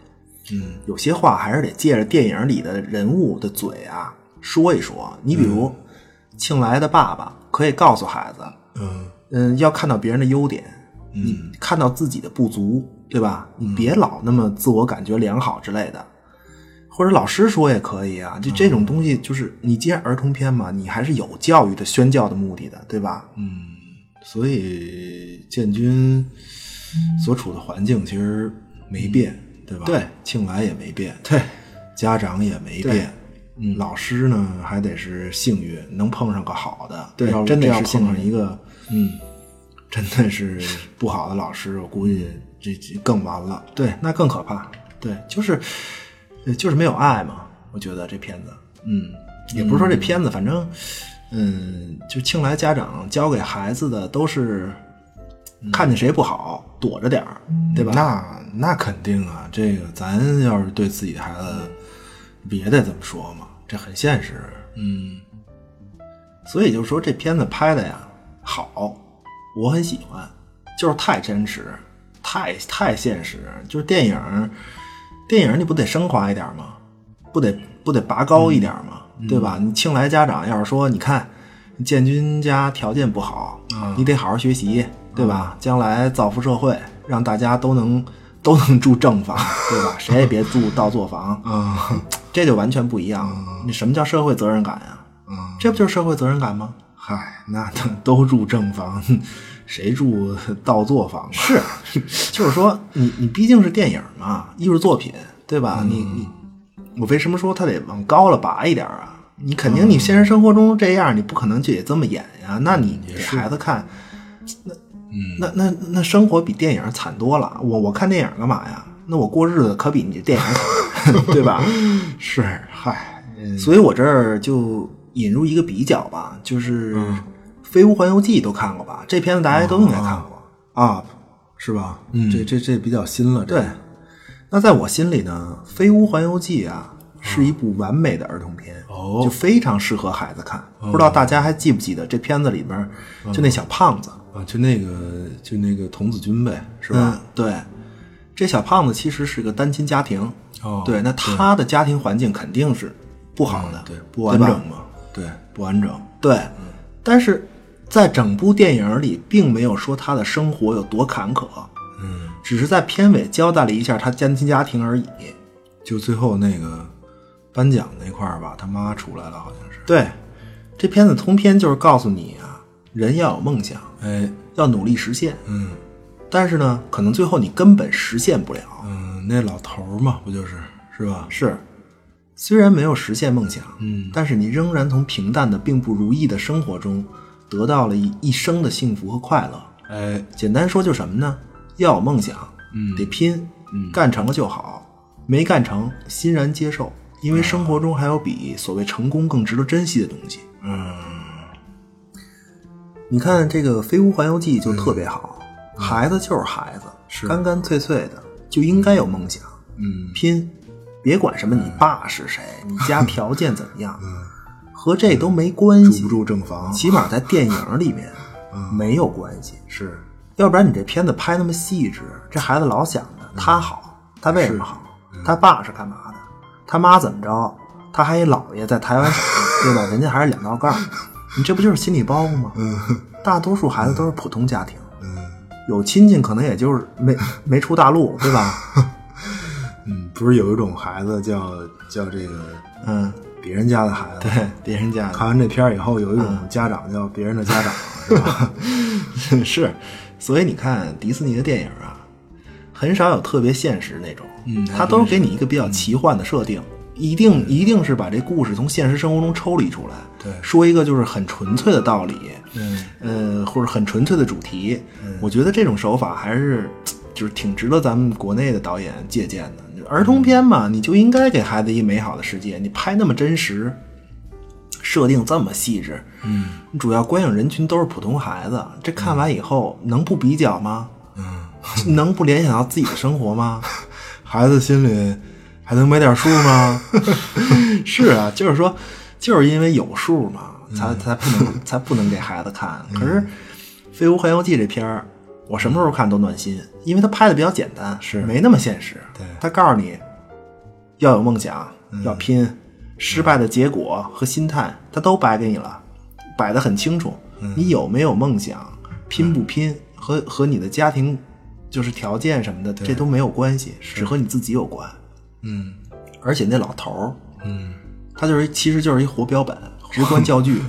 S3: 嗯
S1: 有些话还是得借着电影里的人物的嘴啊说一说。你比如，庆来的爸爸可以告诉孩子，
S3: 嗯
S1: 嗯，要看到别人的优点，
S3: 嗯
S1: 看到自己的不足，对吧？你别老那么自我感觉良好之类的，或者老师说也可以啊。就这
S3: 嗯
S1: 种东西，就是你既然儿童片嘛，你还是有教育的宣教的目的的，对吧？
S3: 嗯，所以建军所处的环境其实没变，对吧？
S1: 嗯对，
S3: 庆来也没变，
S1: 对，
S3: 家长也没
S1: 对
S3: 变。嗯，老师呢还得是幸运，能碰上个好的。
S1: 对
S3: 要
S1: 真得
S3: 这要
S1: 是幸
S3: 碰上
S1: 运
S3: 一个
S1: 嗯，
S3: 真的是不好的老师，我估计这这更完了。
S1: 对，那更可怕。对，就是，呃就是没有爱嘛。我觉得这片子，
S3: 嗯
S1: 也不是说这片子，反正，嗯，就庆来家长教给孩子的都是，看见谁不好躲着点儿，对吧？
S3: 那那肯定啊，这个咱要是对自己的孩子，不也得这么说嘛？这很现实。
S1: 嗯，所以就是说这片子拍的呀好，我很喜欢，就是太真实，太太现实，就是电影，电影你不得升华一点吗？不得不得拔高一点吗？对吧？你庆来家长要是说，你看建军家条件不好，你得好好学习，对吧？将来造福社会，让大家都能 都能住正房，对 吧？谁也别住倒座房，
S3: 啊、
S1: 这就完全不一样。你什么叫社会责任感呀、
S3: 嗯
S1: 这不就是社会责任感吗？
S3: 嗨，
S1: 啊那都 都住正房，谁住倒座房？是， 就是说你你毕竟是电影嘛，艺术作品，对吧？你你我为什么说他得往高了拔一点啊？你肯
S3: 嗯
S1: 定你现实生活中这样，你不可能就也这么演呀。那你给孩子看，
S3: 嗯，
S1: 那那那生活比电影惨多了。我我看电影干嘛呀？那我过日子可比你这电影惨， 对吧？呃
S3: 是嗨，嗯
S1: 所以我这儿就引入一个比较吧，就是《
S3: 嗯
S1: 飞屋环游记》都看过吧？这片子大家都应该看过
S3: 哦
S1: 啊。
S3: 是吧？
S1: 嗯
S3: 这这这比较新了。这
S1: 对，那在我心里呢，《飞屋环游记》啊是一部完美的儿童片，
S3: 哦
S1: 就非常适合孩子看。不知道大家还记不记得这片子里边就那小胖子，
S3: 啊，就那个就那个童子军呗，是
S1: 是吧
S3: 吧？？
S1: 对，这小胖子其实是个单亲家庭，
S3: 哦
S1: 对，那他的家庭环境肯定是不好的，
S3: 嗯对，不完
S1: 吧
S3: 整嘛，对，嗯不完整。
S1: 对，但是在整部电影里，并没有说他的生活有多坎坷，
S3: 嗯，
S1: 只是在片尾交代了一下他单亲家庭而已。
S3: 就最后那个颁奖那块儿吧，他妈出来了，好像是。
S1: 对，这片子通篇就是告诉你啊，人要有梦想，
S3: 哎，
S1: 要努力实现。
S3: 嗯
S1: 但是呢，可能最后你根本实现不了。
S3: 嗯，那老头儿嘛，不就是是吧？
S1: 是，虽然没有实现梦想，
S3: 嗯
S1: 但是你仍然从平淡的、并不如意的生活中，得到了一一生的幸福和快乐。
S3: 哎，
S1: 简单说就什么呢？要有梦想，
S3: 嗯
S1: 得拼，
S3: 嗯
S1: 干成了就好，没干成欣然接受，因
S3: 啊
S1: 为生活中还有比所谓成功更值得珍惜的东西。
S3: 嗯
S1: 你看这个《飞屋环游记》就特别好，孩子就是孩子，
S3: 嗯是
S1: 干干脆脆的，就应该有梦想，
S3: 嗯
S1: 拼，别管什么你爸是谁，你家条件怎么
S3: 嗯
S1: 样，和这都没关
S3: 住
S1: 系，
S3: 不住正房嗯
S1: 起码在电影里 面没有关系。
S3: 是，
S1: 要不然你这片子拍那么细致，这孩子老想着
S3: 嗯
S1: 他好，他为什么好？他爸是干嘛的？他妈怎么着？他还一姥爷在台湾省，对吧？人家还是两道杠，你这不就是心理包袱吗？大多数孩子都是普通家庭，
S3: 嗯
S1: 有亲戚可能也就是没没出大陆，对吧？
S3: 嗯，不是有一种孩子叫叫这个
S1: 嗯，
S3: 别人家的孩子，
S1: 对，别人家的嗯
S3: 看完这片儿以后，有一种家长叫别人的家长，是吧？
S1: 是，所以你看迪士尼的电影啊，很少有特别现实那种，
S3: 嗯还
S1: 它都是给你一个比较奇幻的设定，一定一定是把这故事从现实生活中抽离出来，
S3: 对
S1: 说一个就是很纯粹的道理，
S3: 嗯，
S1: 呃，或者很纯粹的主题，我觉得这种手法还是就是挺值得咱们国内的导演借鉴的。儿童片嘛，你就应该给孩子一美好的世界，你拍那么真实，设定这么细致，嗯，主要观影人群都是普通孩子，这看完以后能不比较吗？嗯， 能不联想到自己的生活吗？
S3: 孩子心里还能没点数吗？
S1: 是啊，就是说，就是因为有数嘛，才
S3: 嗯
S1: 才不能才不能给孩子看。可是《飞屋环游记》这片儿，我什么时候看都暖心，因为它拍的比较简单，
S3: 是
S1: 没那么现实。
S3: 对
S1: 他告诉你要有梦想，
S3: 嗯
S1: 要拼，失败的结果和心态，他都摆给你了，摆得很清楚。
S3: 嗯
S1: 你有没有梦想，拼不拼，和和你的家庭就是条件什么的，这都没有关系，只和你自己有关。
S3: 嗯
S1: 而且那老头儿，
S3: 嗯，
S1: 他就是一其实就是一活 标本，直观教具，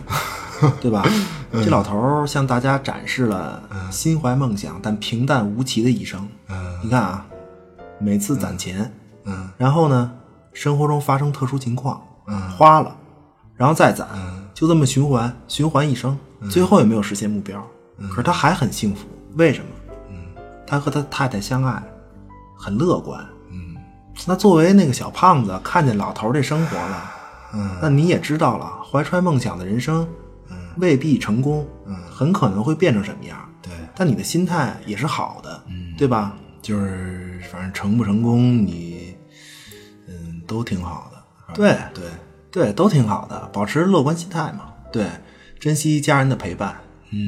S1: 对吧？
S3: 嗯
S1: 这老头儿向大家展示了心怀梦想但平淡无奇的一生。
S3: 嗯
S1: 你看啊，每次攒钱，
S3: 嗯
S1: 然后呢，生活中发生特殊情况，
S3: 嗯
S1: 花了，然后再攒，
S3: 嗯
S1: 就这么循环，循环一生，最后也没有实现目标。
S3: 嗯
S1: 可是他还很幸福，为什么？他和他太太相爱，很乐观。
S3: 嗯
S1: 那作为那个小胖子，看见老头儿这生活了。
S3: 嗯
S1: 那你也知道了，怀揣梦想的人生，
S3: 嗯
S1: 未必成功，
S3: 嗯
S1: 很可能会变成什么样。
S3: 对，
S1: 但你的心态也是好的，
S3: 嗯
S1: 对吧？
S3: 就是反正成不成功，你嗯都挺好的。反
S1: 对
S3: 正对，
S1: 对，都挺好的，保持乐观心态嘛。对，珍惜家人的陪伴，
S3: 嗯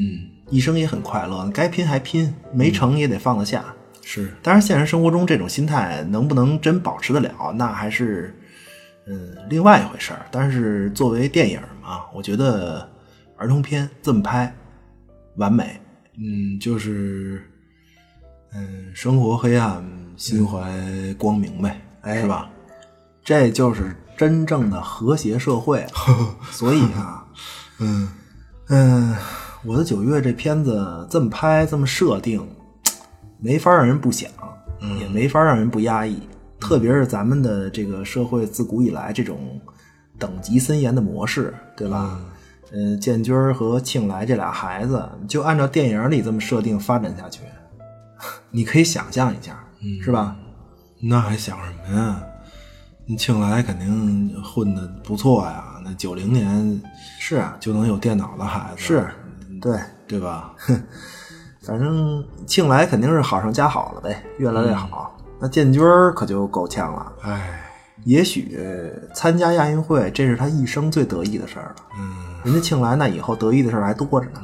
S1: 一生也很快乐。该拼还拼，没成也得放得下。
S3: 是
S1: 当然，现实生活中这种心态能不能真保持得了，那还是嗯另外一回事儿。但是作为电影嘛，我觉得儿童片这么拍完美，
S3: 嗯就是嗯生活黑暗，心怀光明呗，
S1: 哎
S3: 是吧？
S1: 这就是真正的和谐社会。 所以啊，
S3: 嗯
S1: 嗯，我的九月这片子这么拍，这么设定，没法让人不想，
S3: 嗯
S1: 也没法让人不压抑。特别是咱们的这个社会自古以来这种等级森严的模式，对吧？嗯，建军儿和庆来这俩孩子，就按照电影里这么设定发展下去， 你可以想象一下，是吧？
S3: 嗯那还想什么呀？那庆来肯定混的不错呀，那九零年
S1: 是啊，
S3: 就能有电脑的孩子，
S1: 是，对，
S3: 对吧？
S1: 反正庆来肯定是好上加好了呗，越
S3: 嗯
S1: 来越好。那建军儿可就够呛了，
S3: 哎，
S1: 也许参加亚运会，这是他一生最得意的事儿了。
S3: 嗯，
S1: 人家庆来那以后得意的事儿还多着呢。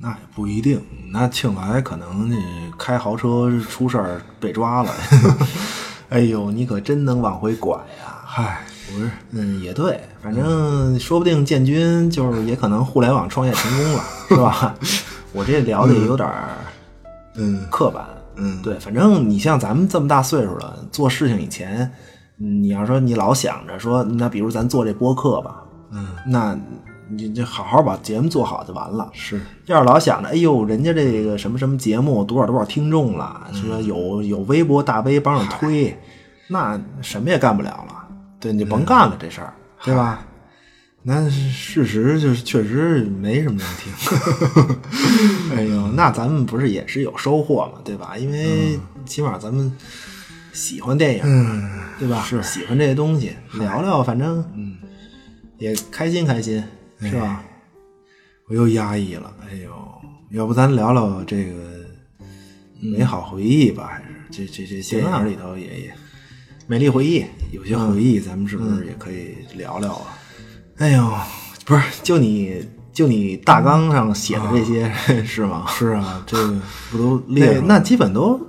S3: 那也不一定。那庆来可能这开豪车出事儿被抓了。
S1: 哎呦，你可真能往回拐呀、
S3: 嗨，不是，
S1: 嗯，也对，反正说不定建军就是也可能互联网创业成功了，是吧？ 我这聊的也有点儿
S3: 嗯
S1: 刻板。
S3: 嗯，
S1: 对，反正你像咱们这么大岁数了，做事情以前，嗯你要说你老想着说，那比如咱做这播客吧，
S3: 嗯，
S1: 那你就好好把节目做好就完了。
S3: 是，
S1: 要是老想着，哎呦，人家这个什么什么节目多少多少听众了，说有有微博大 V 帮着推，那什么也干不了了。对，你就甭干了这事儿，对吧？
S3: 那事实就是确实没什么能听。
S1: 哎呦，那咱们不是也是有收获嘛，对吧？因为起码咱们喜欢电影，对吧？
S3: 是
S1: 喜欢这些东西，聊聊，反正嗯，也开心开心，是吧？
S3: 我又压抑了，哎呦，要不咱聊聊这个美好回忆吧？还是这这这电
S1: 行啊
S3: 影里头也也
S1: 美丽回忆，
S3: 有些回忆，咱们是不是也可以聊聊啊？
S1: 哎呦，不是，就你就你大纲上写的这些、 是吗？
S3: 是啊，这个不都列
S1: 那
S3: 了吗嗯
S1: 那基本都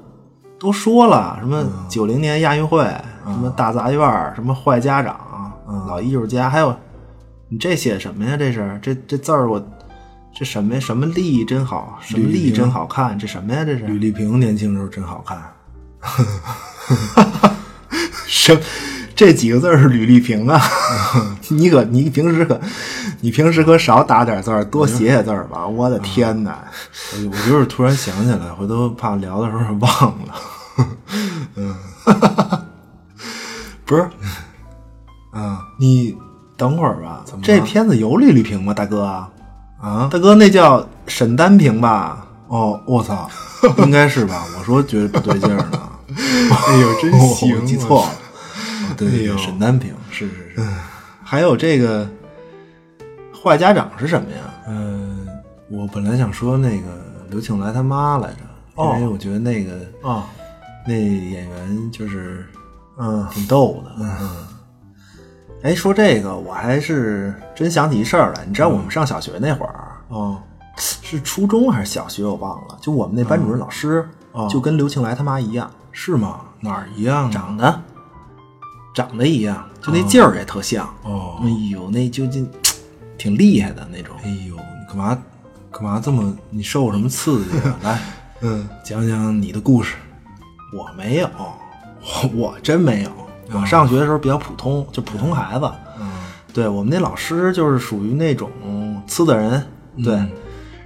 S1: 都说了，什么九零年亚运会，什么大杂院儿，什么坏家长，
S3: 嗯
S1: 老艺术家，还有你这写什么呀？这是这这字儿我这什么呀？什么力真好，什么
S3: 吕
S1: 力
S3: 莹
S1: 真好看，这什么呀？这
S3: 吕
S1: 是
S3: 丽萍年轻时候真好看，
S1: 什？这几个字儿是吕丽萍啊！ 你可你平时可你平时可少打点字儿，多写写字儿吧！我的天哪！
S3: 啊我我就是突然想起来，回头怕聊的时候忘 了。嗯，不是，啊，
S1: 你等会儿啊吧
S3: 怎，么了
S1: 这片子有李丽萍吗，大哥？
S3: 啊，
S1: 大哥，那叫沈丹萍吧？哦，我 操，应该是吧？我说觉得不对劲儿 呢，
S3: 哎呦，真
S1: 哦
S3: 行，
S1: 我记错了。哦对对
S3: 哎呦
S1: 对，沈丹萍。
S3: 是是是，
S1: 还有这个坏家长是什么呀？呃
S3: 嗯、我本来想说那个刘庆来他妈来着，
S1: 哦
S3: 因为我觉得那个
S1: 哦，
S3: 那演员就是
S1: 嗯，挺逗的。嗯，哎，说这个我还是真想起一事儿来。你知道我们上小学那会儿，
S3: 嗯
S1: 啊
S3: 哦
S1: 是初中还是小学，我忘了。就我们那班主任老师，
S3: 哦
S1: 就跟刘庆来他妈一样，
S3: 是吗？哪儿一样啊？
S1: 长得长得一样，就那劲儿也特像。
S3: 哦
S1: 哎呦，那就就挺厉害的那种。
S3: 哎呦，你干嘛干嘛这么？你受什么刺激 啊？来，
S1: 嗯，
S3: 讲讲你的故事。
S1: 我没有， 我我真没有。我上学的时候比较普通，就普通孩子。
S3: 啊嗯
S1: 对我们那老师就是属于那种呲的人，对，
S3: 嗯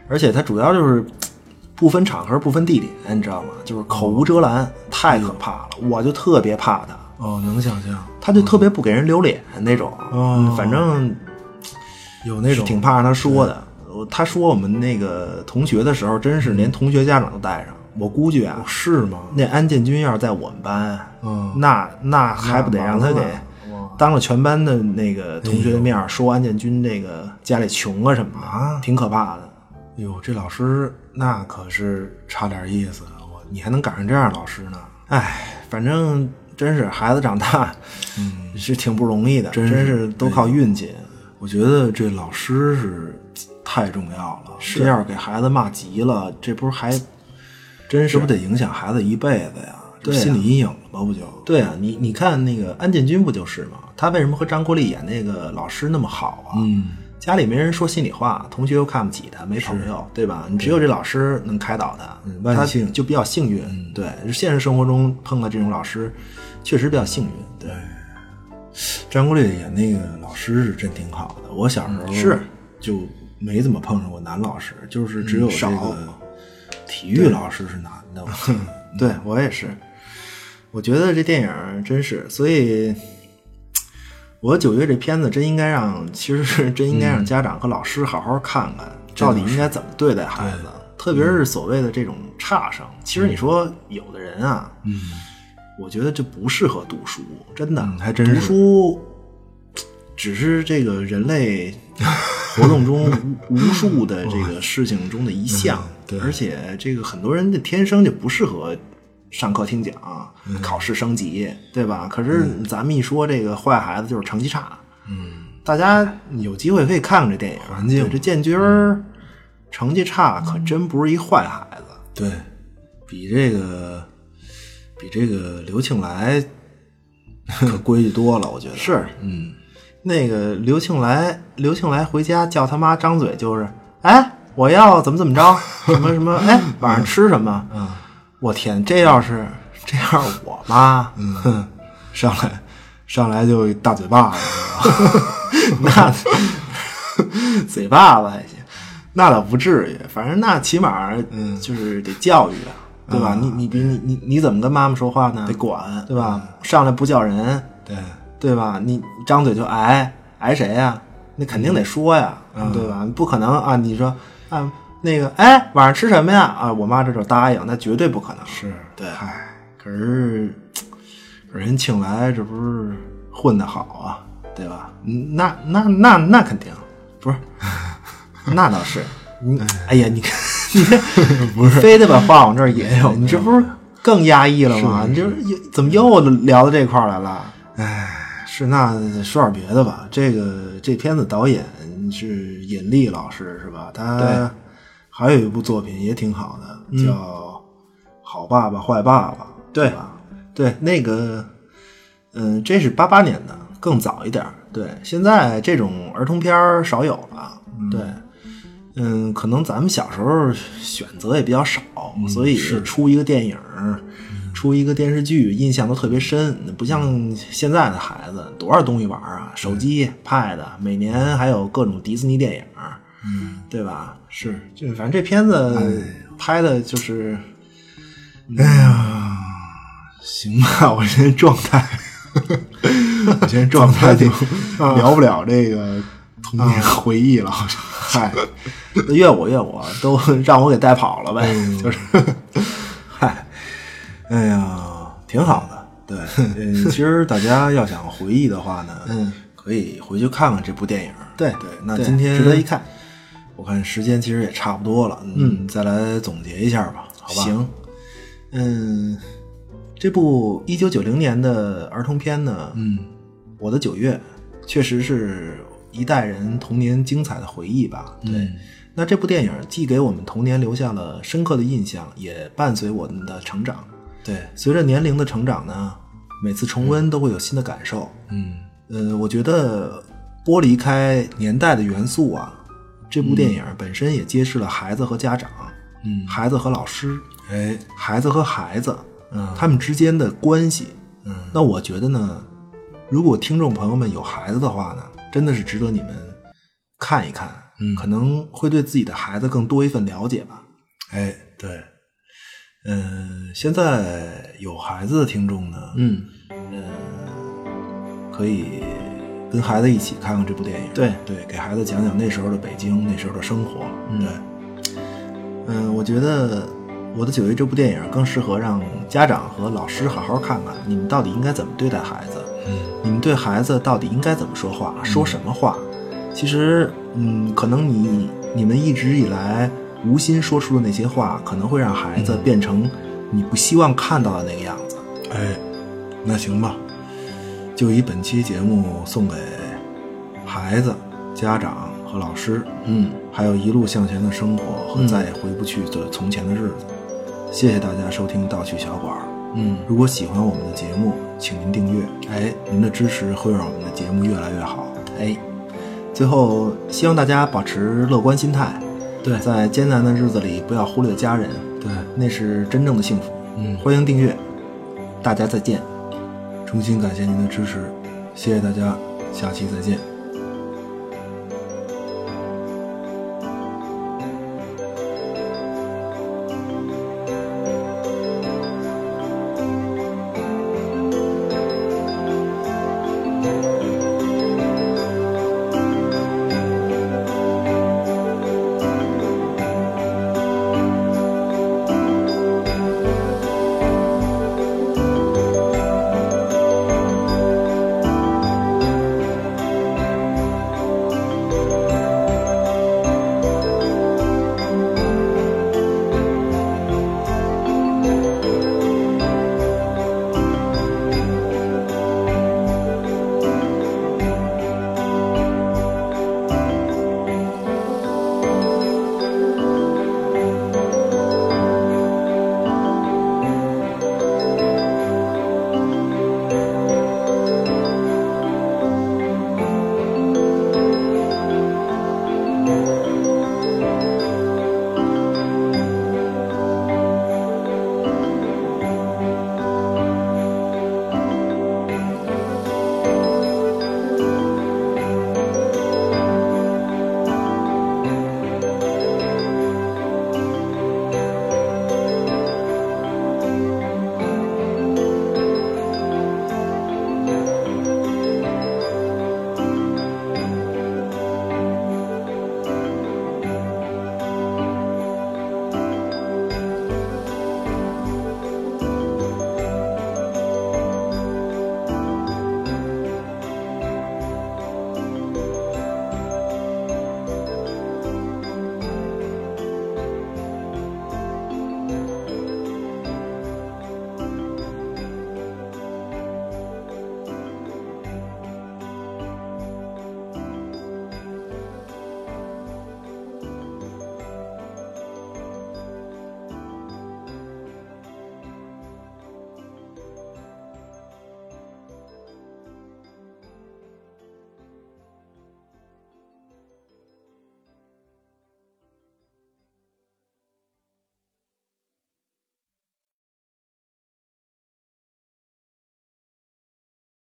S1: 而且他主要就是嘖不分场合、不分地点，你知道吗？就是口无遮拦，太可怕了。我就特别怕他，
S3: 哦，能想象
S1: 他就特别不给人留脸那种。
S3: 哦
S1: 嗯反正
S3: 有那
S1: 是
S3: 种
S1: 挺怕让他说的。我他说我们那个同学的时候，真是连同学家长都带上。我估计啊，
S3: 哦是吗？
S1: 那安建军要是在我们班，
S3: 嗯
S1: 那那还不得让他
S3: 那
S1: 给
S3: 完了哇哎
S1: 当着全班的那个同学的面儿说安建军那个家里穷啊什么的，
S3: 啊
S1: 挺可怕的。
S3: 哟，这老师那可是差点意思，我你还能赶上这样的老师呢？
S1: 哎，反正真是孩子长大，
S3: 嗯
S1: 是挺不容易的，真
S3: 真是
S1: 是都靠运气。
S3: 我觉得这老师是太重要了，
S1: 这要是给孩子骂急了，这不是还真
S3: 这
S1: 是
S3: 不得影响孩子一辈子呀？这
S1: 对呀啊
S3: 心理阴影了吧？不就？
S1: 对啊，你你看那个安建军不就是吗？他为什么和张国立演那个老师那么好啊？
S3: 嗯，
S1: 家里没人说心里话，同学又看不起他，没朋友，对吧？你只有这老师能开导他，
S3: 嗯万幸嗯
S1: 他就比较幸运。对，现实生活中碰到这种老师，确实比较幸运。对，
S3: 张国立演那个老师是真挺好的，我小时候
S1: 嗯是
S3: 就没怎么碰上过男老师，就是只有这
S1: 嗯少
S3: 个体育老师是男 的。我记得
S1: 对我也是，我觉得这电影真是，所以。我九月这片子真应该让，其实是真应该让家长和老师好好看看，
S3: 嗯
S1: 到底应该怎么对待孩子，特别是所谓的这种差生。其实你说有的人啊，
S3: 嗯，
S1: 我觉得这不适合读书，真的，
S3: 嗯还真
S1: 读
S3: 是
S1: 书只是这个人类活动中 无无数的这个事情中的一项，
S3: 嗯对
S1: 而且这个很多人的天生就不适合上课听讲、
S3: 嗯
S1: 考试升级，对吧？可是咱们一说这个坏孩子就是成绩差，嗯，大家有机会可以看看这电影，
S3: 环境嗯
S1: 对这建军儿成绩差可真不是一坏孩子，
S3: 对比这个比这个刘庆来可规矩多了，我觉得
S1: 是，
S3: 嗯，
S1: 那个刘庆来，刘庆来回家叫他妈张嘴就是，哎，我要怎么怎么着，什么什 么，哎，晚上吃什么？嗯，我天，这要是这要是我妈，
S3: 嗯
S1: 哼，上来上来就一大嘴巴子， 那 嘴巴子还行，那倒不至于，反正那起码就是得教育啊。对吧？你你比你你你怎么跟妈妈说话呢？
S3: 嗯得管嗯
S1: 对吧？上来不叫人，
S3: 对，
S1: 对吧？你张嘴就挨挨谁呀、那肯定得说呀，嗯对吧？不可能啊！你说啊，那个哎，晚上吃什么呀？啊，我妈这就答应，那绝对不可能。
S3: 是
S1: 对，唉，可是可是人请来这不是混的好啊，对吧？嗯那那那那肯定不是， 那倒是。你哎呀，你看 你看，不是非得把话往这儿引诱，你这不是更压抑了吗？你这不是又怎么又聊到这块儿来了？
S3: 是那说点别的吧，这个这片子导演是尹力老师是吧？
S1: 对嗯
S3: 他还有一部作品也挺好的，叫《好爸爸坏爸爸》，
S1: 对
S3: 吧？
S1: 对，那个，
S3: 呃
S1: 嗯、这是八八年的，更早一点儿。对，现在这种儿童片儿少有了。对，嗯，可能咱们小时候选择也比较少，所以
S3: 嗯是嗯
S1: 出一个电影儿，出一个电视剧，印象都特别深。不像
S3: 嗯
S1: 现在的孩子，多少东西玩儿啊，手机、Pad，每年还有各种迪士尼电影儿，
S3: 嗯，
S1: 对吧？
S3: 是哎
S1: 就反正这片子拍的就是，嗯 哎呀，行吧，我这状态我觉得这
S3: 咱们还
S1: 得
S3: 得
S1: 聊不了这个童年回忆了，好像。嗨，怨我怨我，都让我给带跑了呗，就是。 嗨，哎呀，挺好的。 对，嗯，其实大家要想回忆的 话呢，
S3: 嗯，
S1: 可以回去看看这部电影。
S3: 对
S1: 对，那
S3: 对
S1: 今天
S3: 值得一看。
S1: 我看时间其实也差不多了，嗯，再来总结一下吧，好吧？
S3: 行，
S1: 嗯，这部一九九零年的儿童片呢，嗯，《我的九月》确实是一代人童年精彩的回忆吧。
S3: 嗯
S1: 对，那这部电影既给我们童年留下了深刻的印象，也伴随我们的成长。
S3: 对，
S1: 随着年龄的成长呢，每次重温都会有新的感受。
S3: 嗯
S1: 呃，我觉得剥离开年代的元素啊，这部电影本身也揭示了孩子和家长、
S3: 嗯，
S1: 孩子和老师、
S3: 哎，
S1: 孩子和孩子，
S3: 嗯
S1: 他们之间的关系。
S3: 嗯，
S1: 那我觉得呢，如果听众朋友们有孩子的话呢，真的是值得你们看一看，
S3: 嗯
S1: 可能会对自己的孩子更多一份了解吧。
S3: 哎，对，嗯，现在有孩子的听众呢，呃
S1: 嗯，
S3: 可以跟孩子一起看看这部电影，
S1: 对
S3: 对，给孩子讲讲那时候的北京，那时候的生活，
S1: 嗯
S3: 对，
S1: 嗯，我觉得《我的九月》这部电影更适合让家长和老师好好看看，你们到底应该怎么对待孩子，
S3: 嗯
S1: 你们对孩子到底应该怎么说话，说什么话。其实，嗯，可能你你们一直以来无心说出的那些话，可能会让孩子变成你不希望看到的那个样子。
S3: 哎，那行吧，就以本期节目送给孩子、家长和老师，
S1: 嗯，
S3: 还有一路向前的生活和
S1: 嗯
S3: 再也回不去的从前的日子。谢谢大家收听盗趣小馆儿。
S1: 嗯
S3: 如果喜欢我们的节目，请您订阅。哎，您的支持会让我们的节目越来越好。
S1: 哎，最后希望大家保持乐观心态，
S3: 对
S1: 在艰难的日子里不要忽略家人，
S3: 对，
S1: 那是真正的幸福。
S3: 嗯
S1: 欢迎订阅，大家再见。
S3: 衷心感谢您的支持，谢谢大家，下期再见。